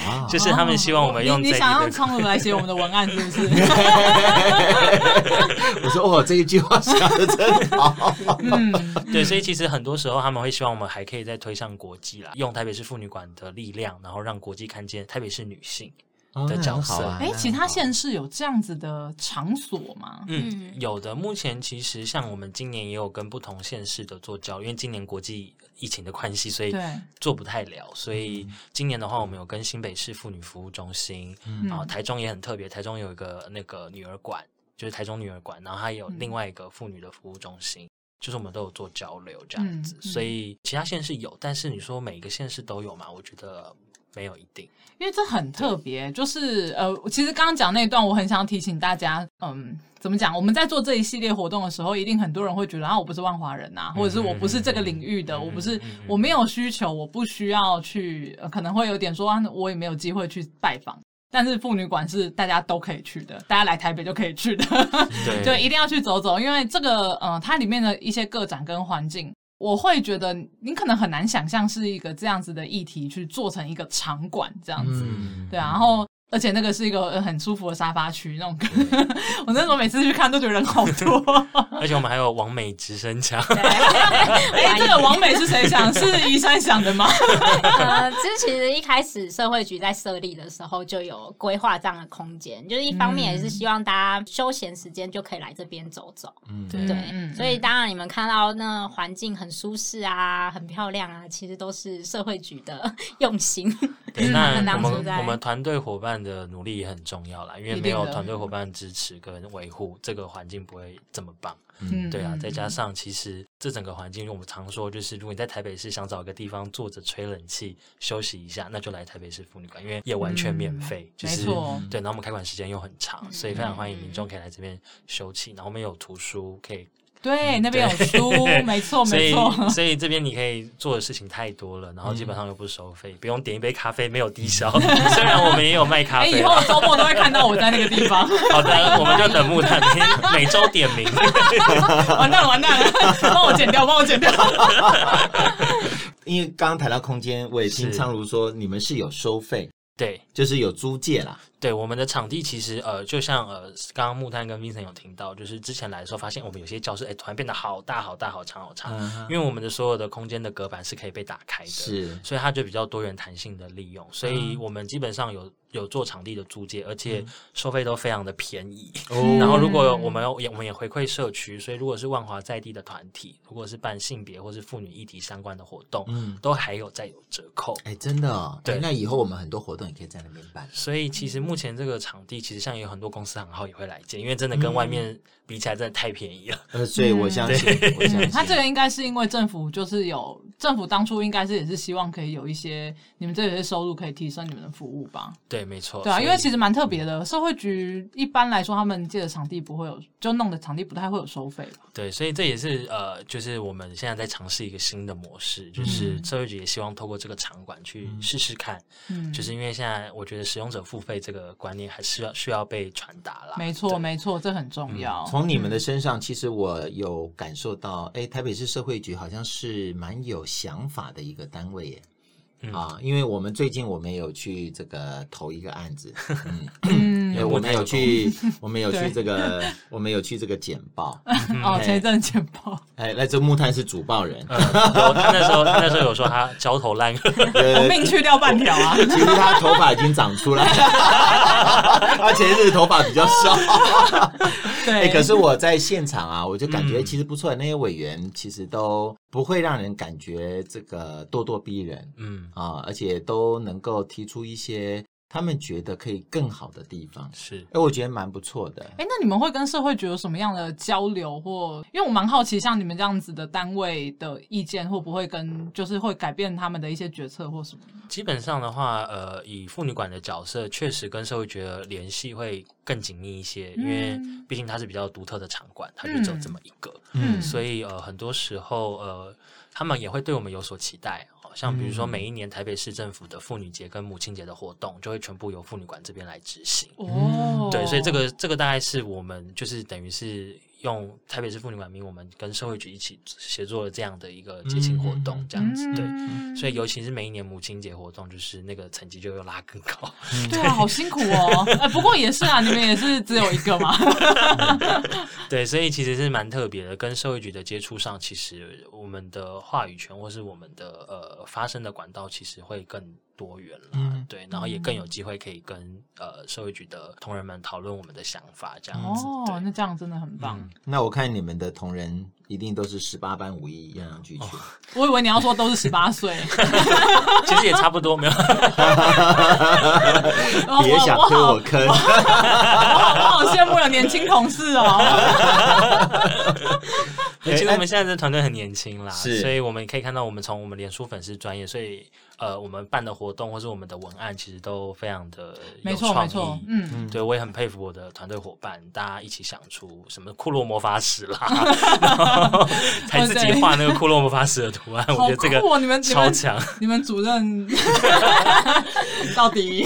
Speaker 1: 哇
Speaker 3: 就是他们希望我们用
Speaker 2: 哦你
Speaker 3: 在
Speaker 2: 你
Speaker 3: 地
Speaker 2: 想
Speaker 3: 的
Speaker 2: 让
Speaker 3: 观，
Speaker 2: 苍鹭来写我们的文案是不是？
Speaker 1: 我说哦，这一句话讲的真好。
Speaker 2: 嗯，
Speaker 3: 对，所以其实很多时候他们会希望我们还可以再推向国际啦，用台北市妇女馆的力量，然后让国际看见台北市女性。
Speaker 1: 哦
Speaker 3: 的
Speaker 1: 那
Speaker 3: 角
Speaker 1: 很好
Speaker 3: 色
Speaker 1: 啊
Speaker 2: 哎，
Speaker 1: 那
Speaker 2: 其他
Speaker 1: 很好
Speaker 2: 县市有这样子的场所吗？
Speaker 3: 嗯，
Speaker 4: 嗯
Speaker 3: 有的。目前其实像我们今年也有跟不同县市的做交流，因为今年国际疫情的关系，所以
Speaker 2: 对，嗯
Speaker 3: 做不太了，所以今年的话，我们有跟新北市妇女服务中心，
Speaker 1: 嗯
Speaker 3: 然后台中也很特别，台中有一个那个女儿馆，就是台中女儿馆，然后还有另外一个妇女的服务中心。就是我们都有做交流这样子，
Speaker 2: 嗯嗯
Speaker 3: 所以其他县市有，但是你说每个县市都有嘛？我觉得没有一 定。
Speaker 2: 因为这很特别，就是呃，其实刚刚讲那一段，我很想提醒大家，嗯，怎么讲？我们在做这一系列活动的时候，一定很多人会觉得啊，我不是万华人呐、或者是我不是这个领域的，
Speaker 3: 嗯
Speaker 2: 我不是
Speaker 3: 嗯嗯，
Speaker 2: 我没有需求，我不需要去，呃、可能会有点说、啊，我也没有机会去拜访。但是妇女馆是大家都可以去的，大家来台北就可以去的。
Speaker 3: 对
Speaker 2: 就一定要去走走，因为这个呃，它里面的一些个展跟环境，我会觉得你可能很难想象是一个这样子的议题去做成一个场馆这样子，
Speaker 1: 嗯
Speaker 2: 对啊，然后。而且那个是一个呃很舒服的沙发区，那种 我那时候每次去看都觉得人好 多。
Speaker 3: 而且我们还有王美直升墙，
Speaker 2: 哎、这个王美是谁想？是宜山想的 吗？
Speaker 4: 呃，这其实一开始社会局在设立的时候就有规划这样的空间，就是一方
Speaker 2: 嗯
Speaker 4: 面也是希望大家休闲时间就可以来这边走走，
Speaker 1: 嗯
Speaker 3: 对
Speaker 4: 对，
Speaker 2: 嗯
Speaker 4: 所以当然你们看到那环境很舒适啊，很漂亮啊，其实都是社会局的 用心。
Speaker 3: 对，
Speaker 2: 嗯
Speaker 3: 那
Speaker 4: 当
Speaker 3: 我
Speaker 4: 初
Speaker 3: 们
Speaker 4: 在
Speaker 3: 我们团队伙伴的努力也很重要啦，因为
Speaker 2: 一定
Speaker 3: 没有
Speaker 2: 的嗯
Speaker 3: 团队伙伴支持跟维护，这个环境不会这么棒。
Speaker 2: 嗯
Speaker 3: 对啊，再加
Speaker 2: 上。
Speaker 3: 上其实这整个环境，我们常说就是，如果你在台北市想找个地方坐着吹冷气休息一下，那就来台北市妇女馆，因为也完全免费，就
Speaker 2: 嗯没
Speaker 3: 是
Speaker 2: 错嗯
Speaker 3: 对。然后我们开馆时间又很长，所以非常欢迎民众可以来这边休憩。然后我们有图书可以，
Speaker 2: 对，那边有
Speaker 3: 对
Speaker 2: 书，哦没错，
Speaker 3: 所
Speaker 2: 没
Speaker 3: 以
Speaker 2: 错。
Speaker 3: 所以这边你可以做的事情太多了，然后基本上又不收 费，不用点一杯咖啡，没有低消。虽然我们也有卖咖
Speaker 2: 哎、以
Speaker 3: 啡啊
Speaker 2: 后
Speaker 3: 啦，
Speaker 2: 周末都会看到我在那个地 方。
Speaker 3: 好的，我们就等木炭明天每周点名。
Speaker 2: 完蛋了，完蛋了， 帮我剪掉，帮我 剪掉。
Speaker 1: 因为刚刚谈到空间，我也听
Speaker 3: 是
Speaker 1: 昌如说你们是有收费，
Speaker 3: 对，
Speaker 1: 就是有租借啦。
Speaker 3: 对，我们的场地其实呃，就像呃，刚刚木炭跟 Vincent 有听到，就是之前来的时候发现我们有些教室哎，突然变得好大好大好长好
Speaker 2: 嗯
Speaker 3: 长，
Speaker 1: 啊，
Speaker 3: 因为我们的所有的空间的隔板是可以被打开的，，
Speaker 1: 是
Speaker 3: 所以它就比较多元弹性的利用，所以
Speaker 1: 嗯
Speaker 3: 我们基本上有有做场地的租借，而且收费都非常的便宜。
Speaker 1: 哦
Speaker 3: 然后，如果我们
Speaker 2: 嗯
Speaker 3: 也我们也回馈社区，所以如果是万华在地的团体，如果是办性别或是妇女议题相关的活动，
Speaker 1: 嗯
Speaker 3: 都还有再有折扣。
Speaker 1: 哎，真的哦，哎
Speaker 3: 对
Speaker 1: 那以后我们很多活动也可以在那边办。
Speaker 3: 所以其实目前这个场地，其实像有很多公司行号也会来建，因为真的跟
Speaker 1: 嗯
Speaker 3: 外面比起来，真的太便宜了。
Speaker 1: 呃，所以我相信，我相信
Speaker 2: 嗯他这个应该是因为政府就是有政府当初应该是也是希望可以有一些你们这些收入可以提升你们的服务吧？
Speaker 3: 对，没错。
Speaker 2: 对啊，
Speaker 3: 哦所以
Speaker 2: 因为其实蛮特别的，社会局一般来说他们借的场地不会有，就弄的场地不太会有收费吧？
Speaker 3: 对，所以这也是呃，就是我们现在在尝试一个新的模式，就是社会局也希望透过这个场馆去试试看，
Speaker 2: 嗯，
Speaker 3: 就是因为现在我觉得使用者付费这个观念还是要需要被传达啦。
Speaker 2: 没错没错，这很
Speaker 3: 嗯
Speaker 2: 重要。
Speaker 1: 从你们的身上，其实我有感受到，哎，台北市社会局好像是蛮有想法的一个单位耶。
Speaker 3: 嗯
Speaker 1: 啊，因为我们最近我们有去这个投一个案子，嗯，
Speaker 2: 嗯
Speaker 1: 对
Speaker 3: 有
Speaker 1: 我们有去，我们有去
Speaker 2: 对
Speaker 1: 这个，我们有去这个简报，
Speaker 2: 哦，前一阵简 报，
Speaker 1: 哎，那这木炭是主报人，
Speaker 3: 嗯，有他那时候他那时候有说他焦头烂额，
Speaker 2: 我
Speaker 1: 呃，
Speaker 2: 命去掉半条啊！
Speaker 1: 其实他头发已经长出来了， 他前一阵头发比较少。哎、
Speaker 2: 对，
Speaker 1: 可是我在现场啊，我就感
Speaker 2: 嗯
Speaker 1: 觉其实不错，那些委员其实都不会让人感觉这个咄咄逼人
Speaker 3: 嗯，
Speaker 1: 啊，而且都能够提出一些他们觉得可以更好的地方。
Speaker 3: 是
Speaker 1: 哎、我觉得蛮不错的。
Speaker 2: 哎，那你们会跟社会局有什么样的交流或？因为我蛮好奇，像你们这样子的单位的意见，会不会跟就是会改变他们的一些决策或什么？
Speaker 3: 基本上的话，呃，以妇女馆的角色，确实跟社会局的联系会更紧密一些，因为
Speaker 2: 嗯
Speaker 3: 毕竟它是比较独特的场馆，它就只有这么一个，
Speaker 2: 嗯
Speaker 3: 所以呃，很多时候呃，他们也会对我们有所期待。哦像比如说，
Speaker 1: 嗯
Speaker 3: 每一年台北市政府的妇女节跟母亲节的活动，就会全部由妇女馆这边来执行。
Speaker 2: 哦，
Speaker 3: 嗯对，所以这个这个大概是我们就是等于是用台北市妇女馆名，我们跟社会局一起协作的这样的一个节庆活
Speaker 1: 嗯嗯
Speaker 3: 动
Speaker 1: 嗯，
Speaker 3: 这样子、对。
Speaker 2: 对
Speaker 3: 所以尤其是每一年母亲节活动，就是那个成绩就又拉更高。
Speaker 2: 对啊，好辛苦哦。 哎，不过也是啊，你们也是只有一个嘛。
Speaker 3: 对，所以其实是蛮特别的。跟社会局的接触上，其实我们的话语权或是我们的呃发声的管道，其实会更多元了，
Speaker 1: 嗯
Speaker 3: 对，然后也更有机会可以跟呃社会局的同仁们讨论我们的想法，这样子。
Speaker 2: 哦，那这样真的很棒。
Speaker 3: 嗯
Speaker 1: 那我看你们的同仁一定都是十八般武艺，样样俱
Speaker 2: 哦
Speaker 1: 全。
Speaker 2: 我以为你要说都是十 八岁，
Speaker 3: 对，其实也差不多，没有。
Speaker 2: 哦
Speaker 1: 别想
Speaker 2: 我
Speaker 1: 推
Speaker 2: 好
Speaker 1: 我坑，
Speaker 2: 我好我好羡慕有年轻同 事哦。
Speaker 3: 哎其实我们现在的团队很年轻啦，
Speaker 1: 哎是
Speaker 3: 所以我们可以看到，我们从我们脸书粉丝专业，所以呃，我们办的活动或是我们的文案，其实都非常的
Speaker 2: 没
Speaker 3: 有
Speaker 2: 错
Speaker 3: 创
Speaker 2: 没
Speaker 3: 意。
Speaker 2: 错，嗯，
Speaker 3: 对，我也很佩服我的团队伙伴，大家一起想出什么库洛魔法使 啦，然后才自己画那个库洛魔法使的图案，我
Speaker 2: 好
Speaker 3: 觉得这个
Speaker 2: 酷哦！你们你
Speaker 3: 超
Speaker 2: 们
Speaker 3: 强。
Speaker 2: 你们主任到底？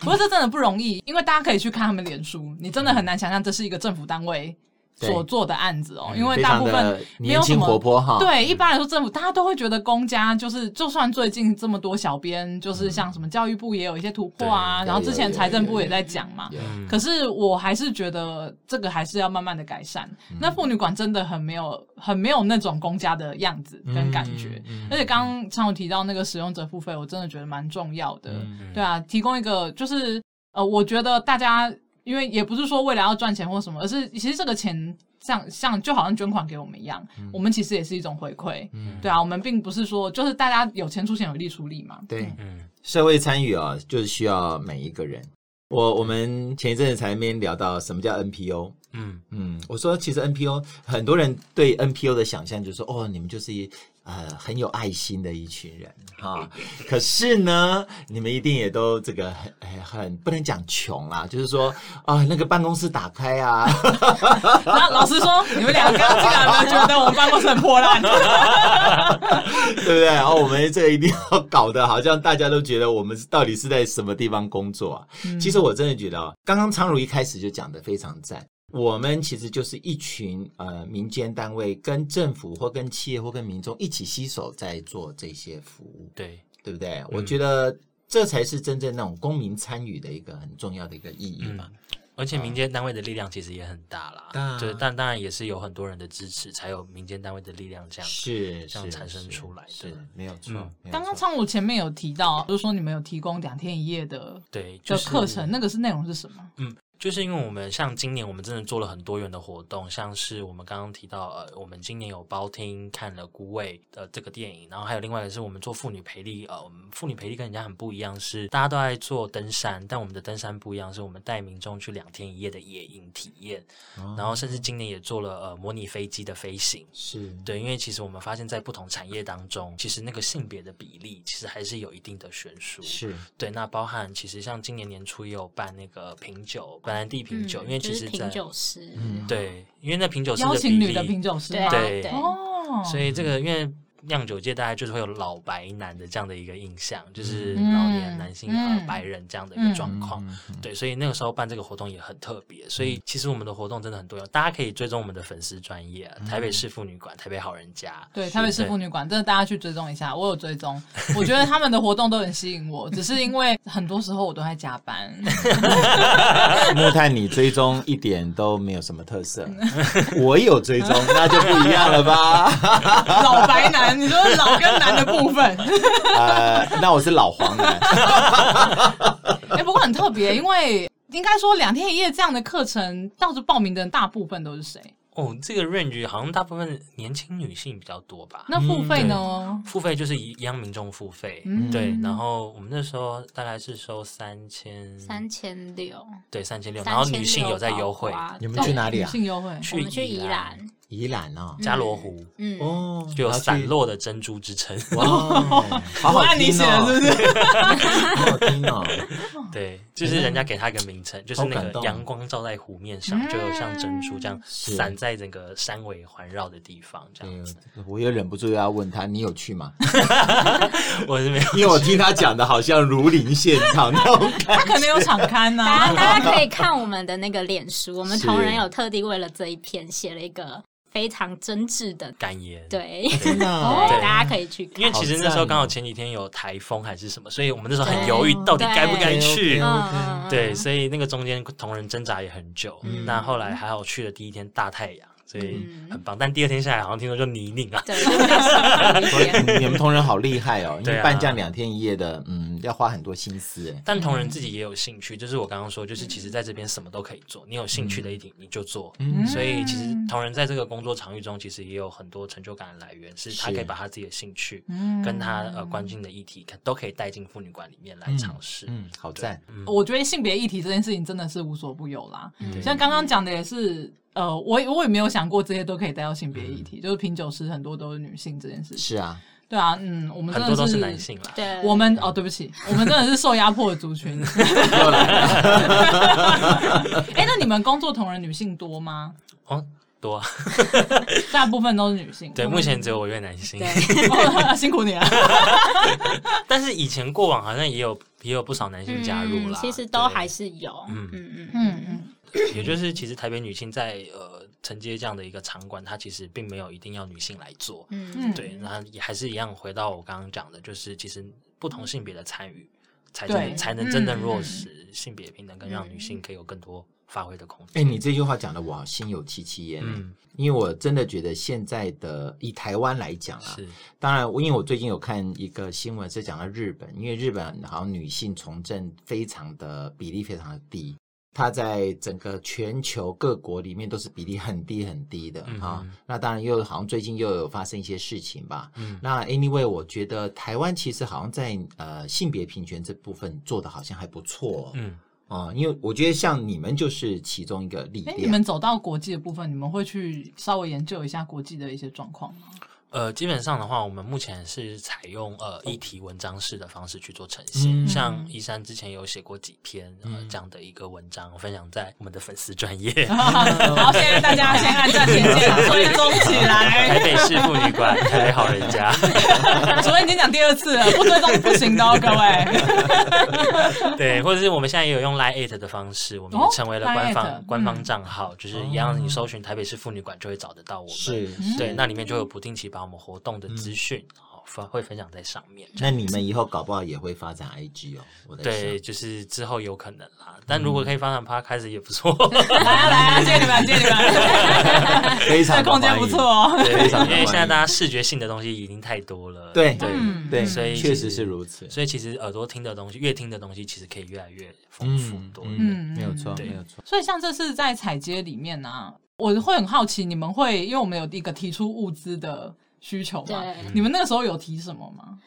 Speaker 2: 不过这真的不容易，因为大家可以去看他们脸书，你真的很难想象这是一个政府单位所
Speaker 1: 对嗯
Speaker 2: 做的案子哦，因 为
Speaker 1: 非
Speaker 2: 大
Speaker 1: 常
Speaker 2: 部分
Speaker 1: 的
Speaker 2: 没
Speaker 1: 年
Speaker 2: 有什
Speaker 1: 轻
Speaker 2: 么
Speaker 1: 活泼嗯哈。，
Speaker 2: 对，一般来说，政府大家都会觉得公家就是，就算最近这么多小编，就是像什么教育部也有一些突破啊，
Speaker 1: 对
Speaker 2: 然后之前财政部
Speaker 1: 有有有
Speaker 2: 也在讲嘛。
Speaker 1: 有
Speaker 3: 嗯
Speaker 2: 可是我还是觉得这个还是要慢慢的改善。
Speaker 3: 嗯
Speaker 2: 那妇女馆真的很没有，很没有那种公家的样子跟感觉。
Speaker 3: 嗯嗯
Speaker 2: 而且刚刚像我提到那个使用者付费，我真的觉得蛮重要的。
Speaker 3: 嗯
Speaker 2: 对啊，提供一个就是呃，我觉得大家因为也不是说为了要赚钱或什么，而是其实这个钱像像就好像捐款给我们一样，
Speaker 3: 嗯
Speaker 2: 我们其实也是一种回馈。
Speaker 1: 嗯
Speaker 2: 对啊，我们并不是说就是大家有钱出钱，有力出力嘛。
Speaker 1: 对，
Speaker 3: 嗯
Speaker 1: 社会参与啊，就是需要每一个人。我我们前一阵子才面聊到什么叫 NPO，
Speaker 3: 嗯
Speaker 1: 嗯，我说其实 NPO 很多人对 NPO 的想象就是说，哦，你们就是一呃很有爱心的一群人哈。可是呢，你们一定也都这个很很很不能讲穷啦，就是说啊、那个办公室打开啊，
Speaker 2: 然后老师说，你们两个刚进来有没有觉得我们办公室很破 烂？
Speaker 1: 对不对？然后我们这个一定要搞得好像大家都觉得我们到底是在什么地方工作啊？其实我真的觉得啊，刚刚昌如一开始就讲的非常赞。我们其实就是一群呃民间单位跟政府或跟企业或跟民众一起携手在做这些服务，
Speaker 3: 对，
Speaker 1: 对不对？我觉得这才是真正那种公民参与的一个很重要的一个意义嘛。
Speaker 3: 而且民间单位的力量其实也很大啦，
Speaker 1: 嗯当然
Speaker 3: 对，但当然也是有很多人的支持，才有民间单位的力量这样。
Speaker 1: 是
Speaker 3: 这样
Speaker 1: 是
Speaker 3: 产生
Speaker 1: 是
Speaker 3: 出来的
Speaker 1: 是没有错
Speaker 3: 嗯。
Speaker 1: 没有
Speaker 2: 刚刚
Speaker 1: 错
Speaker 2: 昌武前面有提到，就是说你们有提供两天一夜的的
Speaker 3: 对，就是
Speaker 2: 课程，那个是内容是什么？
Speaker 3: 嗯，就是因为我们像今年我们真的做了很多元的活动，像是我们刚刚提到，呃，我们今年有包厅看了《孤味》的这个电影，然后还有另外一个是我们做妇女培力，呃，我们妇女培力跟人家很不一样，是大家都爱做登山，但我们的登山不一样，是我们带民众去两天一夜的野营体验，
Speaker 1: 哦
Speaker 3: 然后甚至今年也做了呃模拟飞机的飞行。
Speaker 1: 是
Speaker 3: 对，因为其实我们发现，在不同产业当中，其实那个性别的比例其实还是有一定的悬殊。
Speaker 1: 是
Speaker 3: 对，那包含其实像今年年初也有办那个品酒，本来地
Speaker 2: 嗯
Speaker 3: 品酒，因为
Speaker 4: 嗯就
Speaker 3: 其
Speaker 4: 是
Speaker 3: 实在
Speaker 4: 品酒师，
Speaker 3: 对，因为那品酒师
Speaker 2: 邀
Speaker 3: 的
Speaker 2: 请
Speaker 3: 比
Speaker 2: 女的
Speaker 3: 例
Speaker 2: 品酒师
Speaker 4: 对啊
Speaker 2: 吗？
Speaker 3: 对
Speaker 4: 对，
Speaker 2: 哦，
Speaker 3: 所以这个因为酿酒界大概就是会有老白男的这样的一个印象，就是老年
Speaker 2: 嗯
Speaker 3: 男性、呃
Speaker 2: 嗯
Speaker 3: 白人这样的一个
Speaker 1: 嗯
Speaker 3: 状况。
Speaker 1: 嗯嗯
Speaker 3: 对，所以那个时候办这个活动也很特别，所以其实我们的活动真的很多样，大家可以追踪我们的粉丝专业，啊
Speaker 1: 嗯
Speaker 3: 台北市妇女馆、台北好人家，
Speaker 2: 对，台北市妇女馆，真的大家去追踪一下，我有追踪，我觉得他们的活动都很吸引我，只是因为很多时候我都在加班，
Speaker 1: 木炭，你追踪一点都没有什么特色， 我有追踪，那就不一样了吧？
Speaker 2: 老白男，你说老跟男的部分，
Speaker 1: 呃，那我是老黄男，
Speaker 2: 哎、不过很特别，因为应该说两天一夜这样的课程，到时报名的人大部分都是谁？
Speaker 3: 哦，这个 range 好像大部分年轻女性比较多吧？
Speaker 2: 那付费呢？
Speaker 3: 付费就是一一样民众付费，
Speaker 2: 嗯
Speaker 3: 对。然后我们那时候大概是收三千，
Speaker 4: 三千六，
Speaker 3: 对三千六，
Speaker 4: 3600
Speaker 3: 然后女性有在优惠，
Speaker 4: 包括哦
Speaker 1: 你们去哪里
Speaker 2: 哦女
Speaker 1: 啊？
Speaker 2: 性优惠，
Speaker 4: 我们去宜
Speaker 3: 兰、
Speaker 4: 兰，
Speaker 1: 宜兰哦，
Speaker 3: 加罗湖，
Speaker 4: 嗯，
Speaker 1: 哦，
Speaker 3: 就有
Speaker 1: 要去哦
Speaker 3: 散落的珍珠之称。
Speaker 1: 哇，好
Speaker 2: 我
Speaker 1: 好
Speaker 2: 按你
Speaker 1: 听
Speaker 2: 写的是
Speaker 1: 哦，
Speaker 2: 不是？
Speaker 1: 好好听哦，
Speaker 3: 对，就是人家给它一个名称，就是
Speaker 1: 好
Speaker 3: 那
Speaker 1: 感
Speaker 3: 个
Speaker 1: 动嗯
Speaker 3: 阳光照在湖面上，就有像珍珠这样
Speaker 1: 是
Speaker 3: 散在整个山尾环绕的地方，这样子。
Speaker 1: 对我也忍不住要问他，你有去吗？
Speaker 3: 我是没有，
Speaker 1: 因为我听他讲的好像如临现场那种感
Speaker 2: 他可能有场刊呐、
Speaker 4: 大家
Speaker 2: 啊。
Speaker 4: 大家可以看我们的那个脸书，我们
Speaker 1: 是
Speaker 4: 同仁有特地为了这一篇写了一个非常真挚的，
Speaker 3: 感言。。
Speaker 4: 对，
Speaker 1: 觉，真的哦
Speaker 4: 对，大家可以去
Speaker 3: 因为
Speaker 4: 看。
Speaker 3: 其实
Speaker 1: 好
Speaker 3: 那时候
Speaker 1: 赞
Speaker 3: 刚好
Speaker 1: 哦
Speaker 3: 前几天有台风还是什么，所以我们那时候很犹豫
Speaker 1: 对
Speaker 3: 到底该不该
Speaker 1: 对
Speaker 3: 去。
Speaker 1: OK，OK
Speaker 4: 嗯，
Speaker 3: 对，所以那个中间同仁挣扎也很久。那后来还好去的第一天大太阳，所以
Speaker 4: 嗯
Speaker 3: 很棒。但第二天下来，好像听说就泥泞啊，
Speaker 4: 对，就比较辛苦一点。
Speaker 1: 你们同仁好厉害哦，因
Speaker 3: 对
Speaker 1: 为
Speaker 3: 啊
Speaker 1: 半价两天一夜的，嗯，要花很多心思哎。
Speaker 3: 但同仁自己也有兴趣，就是我刚刚说，就是其实在这边什么都可以做，你有兴趣的一点你就做。
Speaker 1: 嗯
Speaker 3: 所以其实
Speaker 2: 嗯
Speaker 3: 同仁在这个工作场域中，其实也有很多成就感的来源，是他
Speaker 1: 是
Speaker 3: 可以把他自己的兴趣
Speaker 2: 嗯
Speaker 3: 跟他呃关心的议题，可都可以带进妇女馆里面来
Speaker 1: 嗯
Speaker 3: 尝试。
Speaker 1: 嗯，好赞。
Speaker 2: 我觉得性别议题这件事情真的是无所不有啦。
Speaker 3: 嗯
Speaker 1: 对
Speaker 2: 像刚刚讲的也是，呃，我也我也没有想过这些都可以带到性别
Speaker 3: 嗯
Speaker 2: 议题，就是品酒师很多都是女性这件事情。
Speaker 1: 是啊，
Speaker 2: 对啊，嗯，我们
Speaker 3: 很
Speaker 2: 真的
Speaker 3: 多都是男。性啦。
Speaker 4: 对，
Speaker 2: 我们哦，对不起，我们真的是受压迫的族
Speaker 3: 嗯
Speaker 2: 群。
Speaker 1: 又来了。
Speaker 2: 哎、那你们工作同仁女性多吗？
Speaker 3: 哦，多啊
Speaker 2: 大部分都是女性。
Speaker 3: 对，目前只有我一位男性
Speaker 4: 对，
Speaker 2: 哦 辛苦你了。
Speaker 3: 但是以前过往好像也有也有不少男性加入
Speaker 4: 嗯
Speaker 3: 啦，
Speaker 4: 其实都
Speaker 3: 对
Speaker 4: 还是有，
Speaker 3: 嗯
Speaker 4: 嗯嗯嗯，
Speaker 2: 嗯嗯，
Speaker 3: 也就是其实台北女性在呃承接这样的一个场馆，它其实并没有一定要女性来做，
Speaker 2: 嗯
Speaker 4: 嗯，
Speaker 3: 对，那也还是一样回到我刚刚讲的，就是其实不同性别的参与，才
Speaker 2: 对
Speaker 3: 真才能真正
Speaker 2: 嗯
Speaker 3: 落
Speaker 2: 嗯
Speaker 3: 实性别平等，跟让女性可以有更多发挥的空
Speaker 1: 哎、
Speaker 3: 间。
Speaker 1: 你这句话讲的我好心有戚戚焉，
Speaker 3: 嗯
Speaker 1: 因为我真的觉得现在的以台湾来讲啊，
Speaker 3: 是
Speaker 1: 当然，因为我最近有看一个新闻是讲到日本，因为日本好像女性从政非常的比例非常的低，它在整个全球各国里面都是比例很低很低的
Speaker 3: 嗯
Speaker 1: 啊、
Speaker 3: 嗯
Speaker 1: 那当然又好像最近又有发生一些事情吧。
Speaker 3: 嗯
Speaker 1: 那 anyway，我觉得台湾其实好像在呃性别平权这部分做的好像还不错、哦。
Speaker 3: 嗯，
Speaker 1: 啊、因为我觉得像你们就是其中一个力
Speaker 2: 哎、
Speaker 1: 量。
Speaker 2: 你们走到国际的部分，你们会去稍微研究一下国际的一些状况吗？
Speaker 3: 呃，基本上的话，我们目前是采用呃议题文章式的方式去做呈现。
Speaker 1: 嗯
Speaker 3: 像依山之前有写过几篇呃
Speaker 1: 嗯
Speaker 3: 这样的一个文章，分享在我们的粉丝专业。
Speaker 2: 好，现在大家先按暂停 键追踪起
Speaker 3: 台
Speaker 2: 来。
Speaker 3: 北市妇女馆，台北好人家。
Speaker 2: 主任已经讲第二次了，不追踪不行的哦，各位。
Speaker 3: 对，或者是我们现在也有用 Line at 的方式，我们也
Speaker 2: 哦
Speaker 3: 成为了
Speaker 2: Line
Speaker 3: 官方、
Speaker 2: at，
Speaker 3: 官方
Speaker 2: 嗯
Speaker 3: 账号，就是一样，你搜寻台北市妇女馆就会找得到我们。
Speaker 1: 是，
Speaker 3: 对，
Speaker 1: 是
Speaker 3: 那里面就有不定期把我们活动的资讯，好分会分享在上面。
Speaker 1: 那你们以后搞不好也会发展 IG 哦。我在
Speaker 3: 对，
Speaker 1: 想，
Speaker 3: 就是之后有可能啦，但如果可以发展 p 开始也不错，
Speaker 2: 来啊来啊，谢谢你们，谢谢你 们。
Speaker 1: 非常
Speaker 2: 这空间不错。哦。
Speaker 3: 对，
Speaker 1: 常
Speaker 3: 因为现在
Speaker 1: 欢迎
Speaker 3: 大家视觉性的东西已经太多了，
Speaker 1: 对
Speaker 3: 对
Speaker 2: 嗯
Speaker 1: 对，
Speaker 3: 所以
Speaker 1: 确
Speaker 3: 其
Speaker 1: 实
Speaker 3: 实
Speaker 1: 是如此。
Speaker 3: 所以其实耳朵听的东西，越听的东西，其实可以越来越
Speaker 1: 嗯
Speaker 3: 丰富多元。
Speaker 2: 嗯
Speaker 1: 没有错，
Speaker 3: 对
Speaker 1: 没有错。
Speaker 2: 所以像这次在采街里面啊，我会很好奇，你们会因为我们有一个提出物资的需求嘛？
Speaker 4: 对，
Speaker 2: 你们那个时候有提什么吗？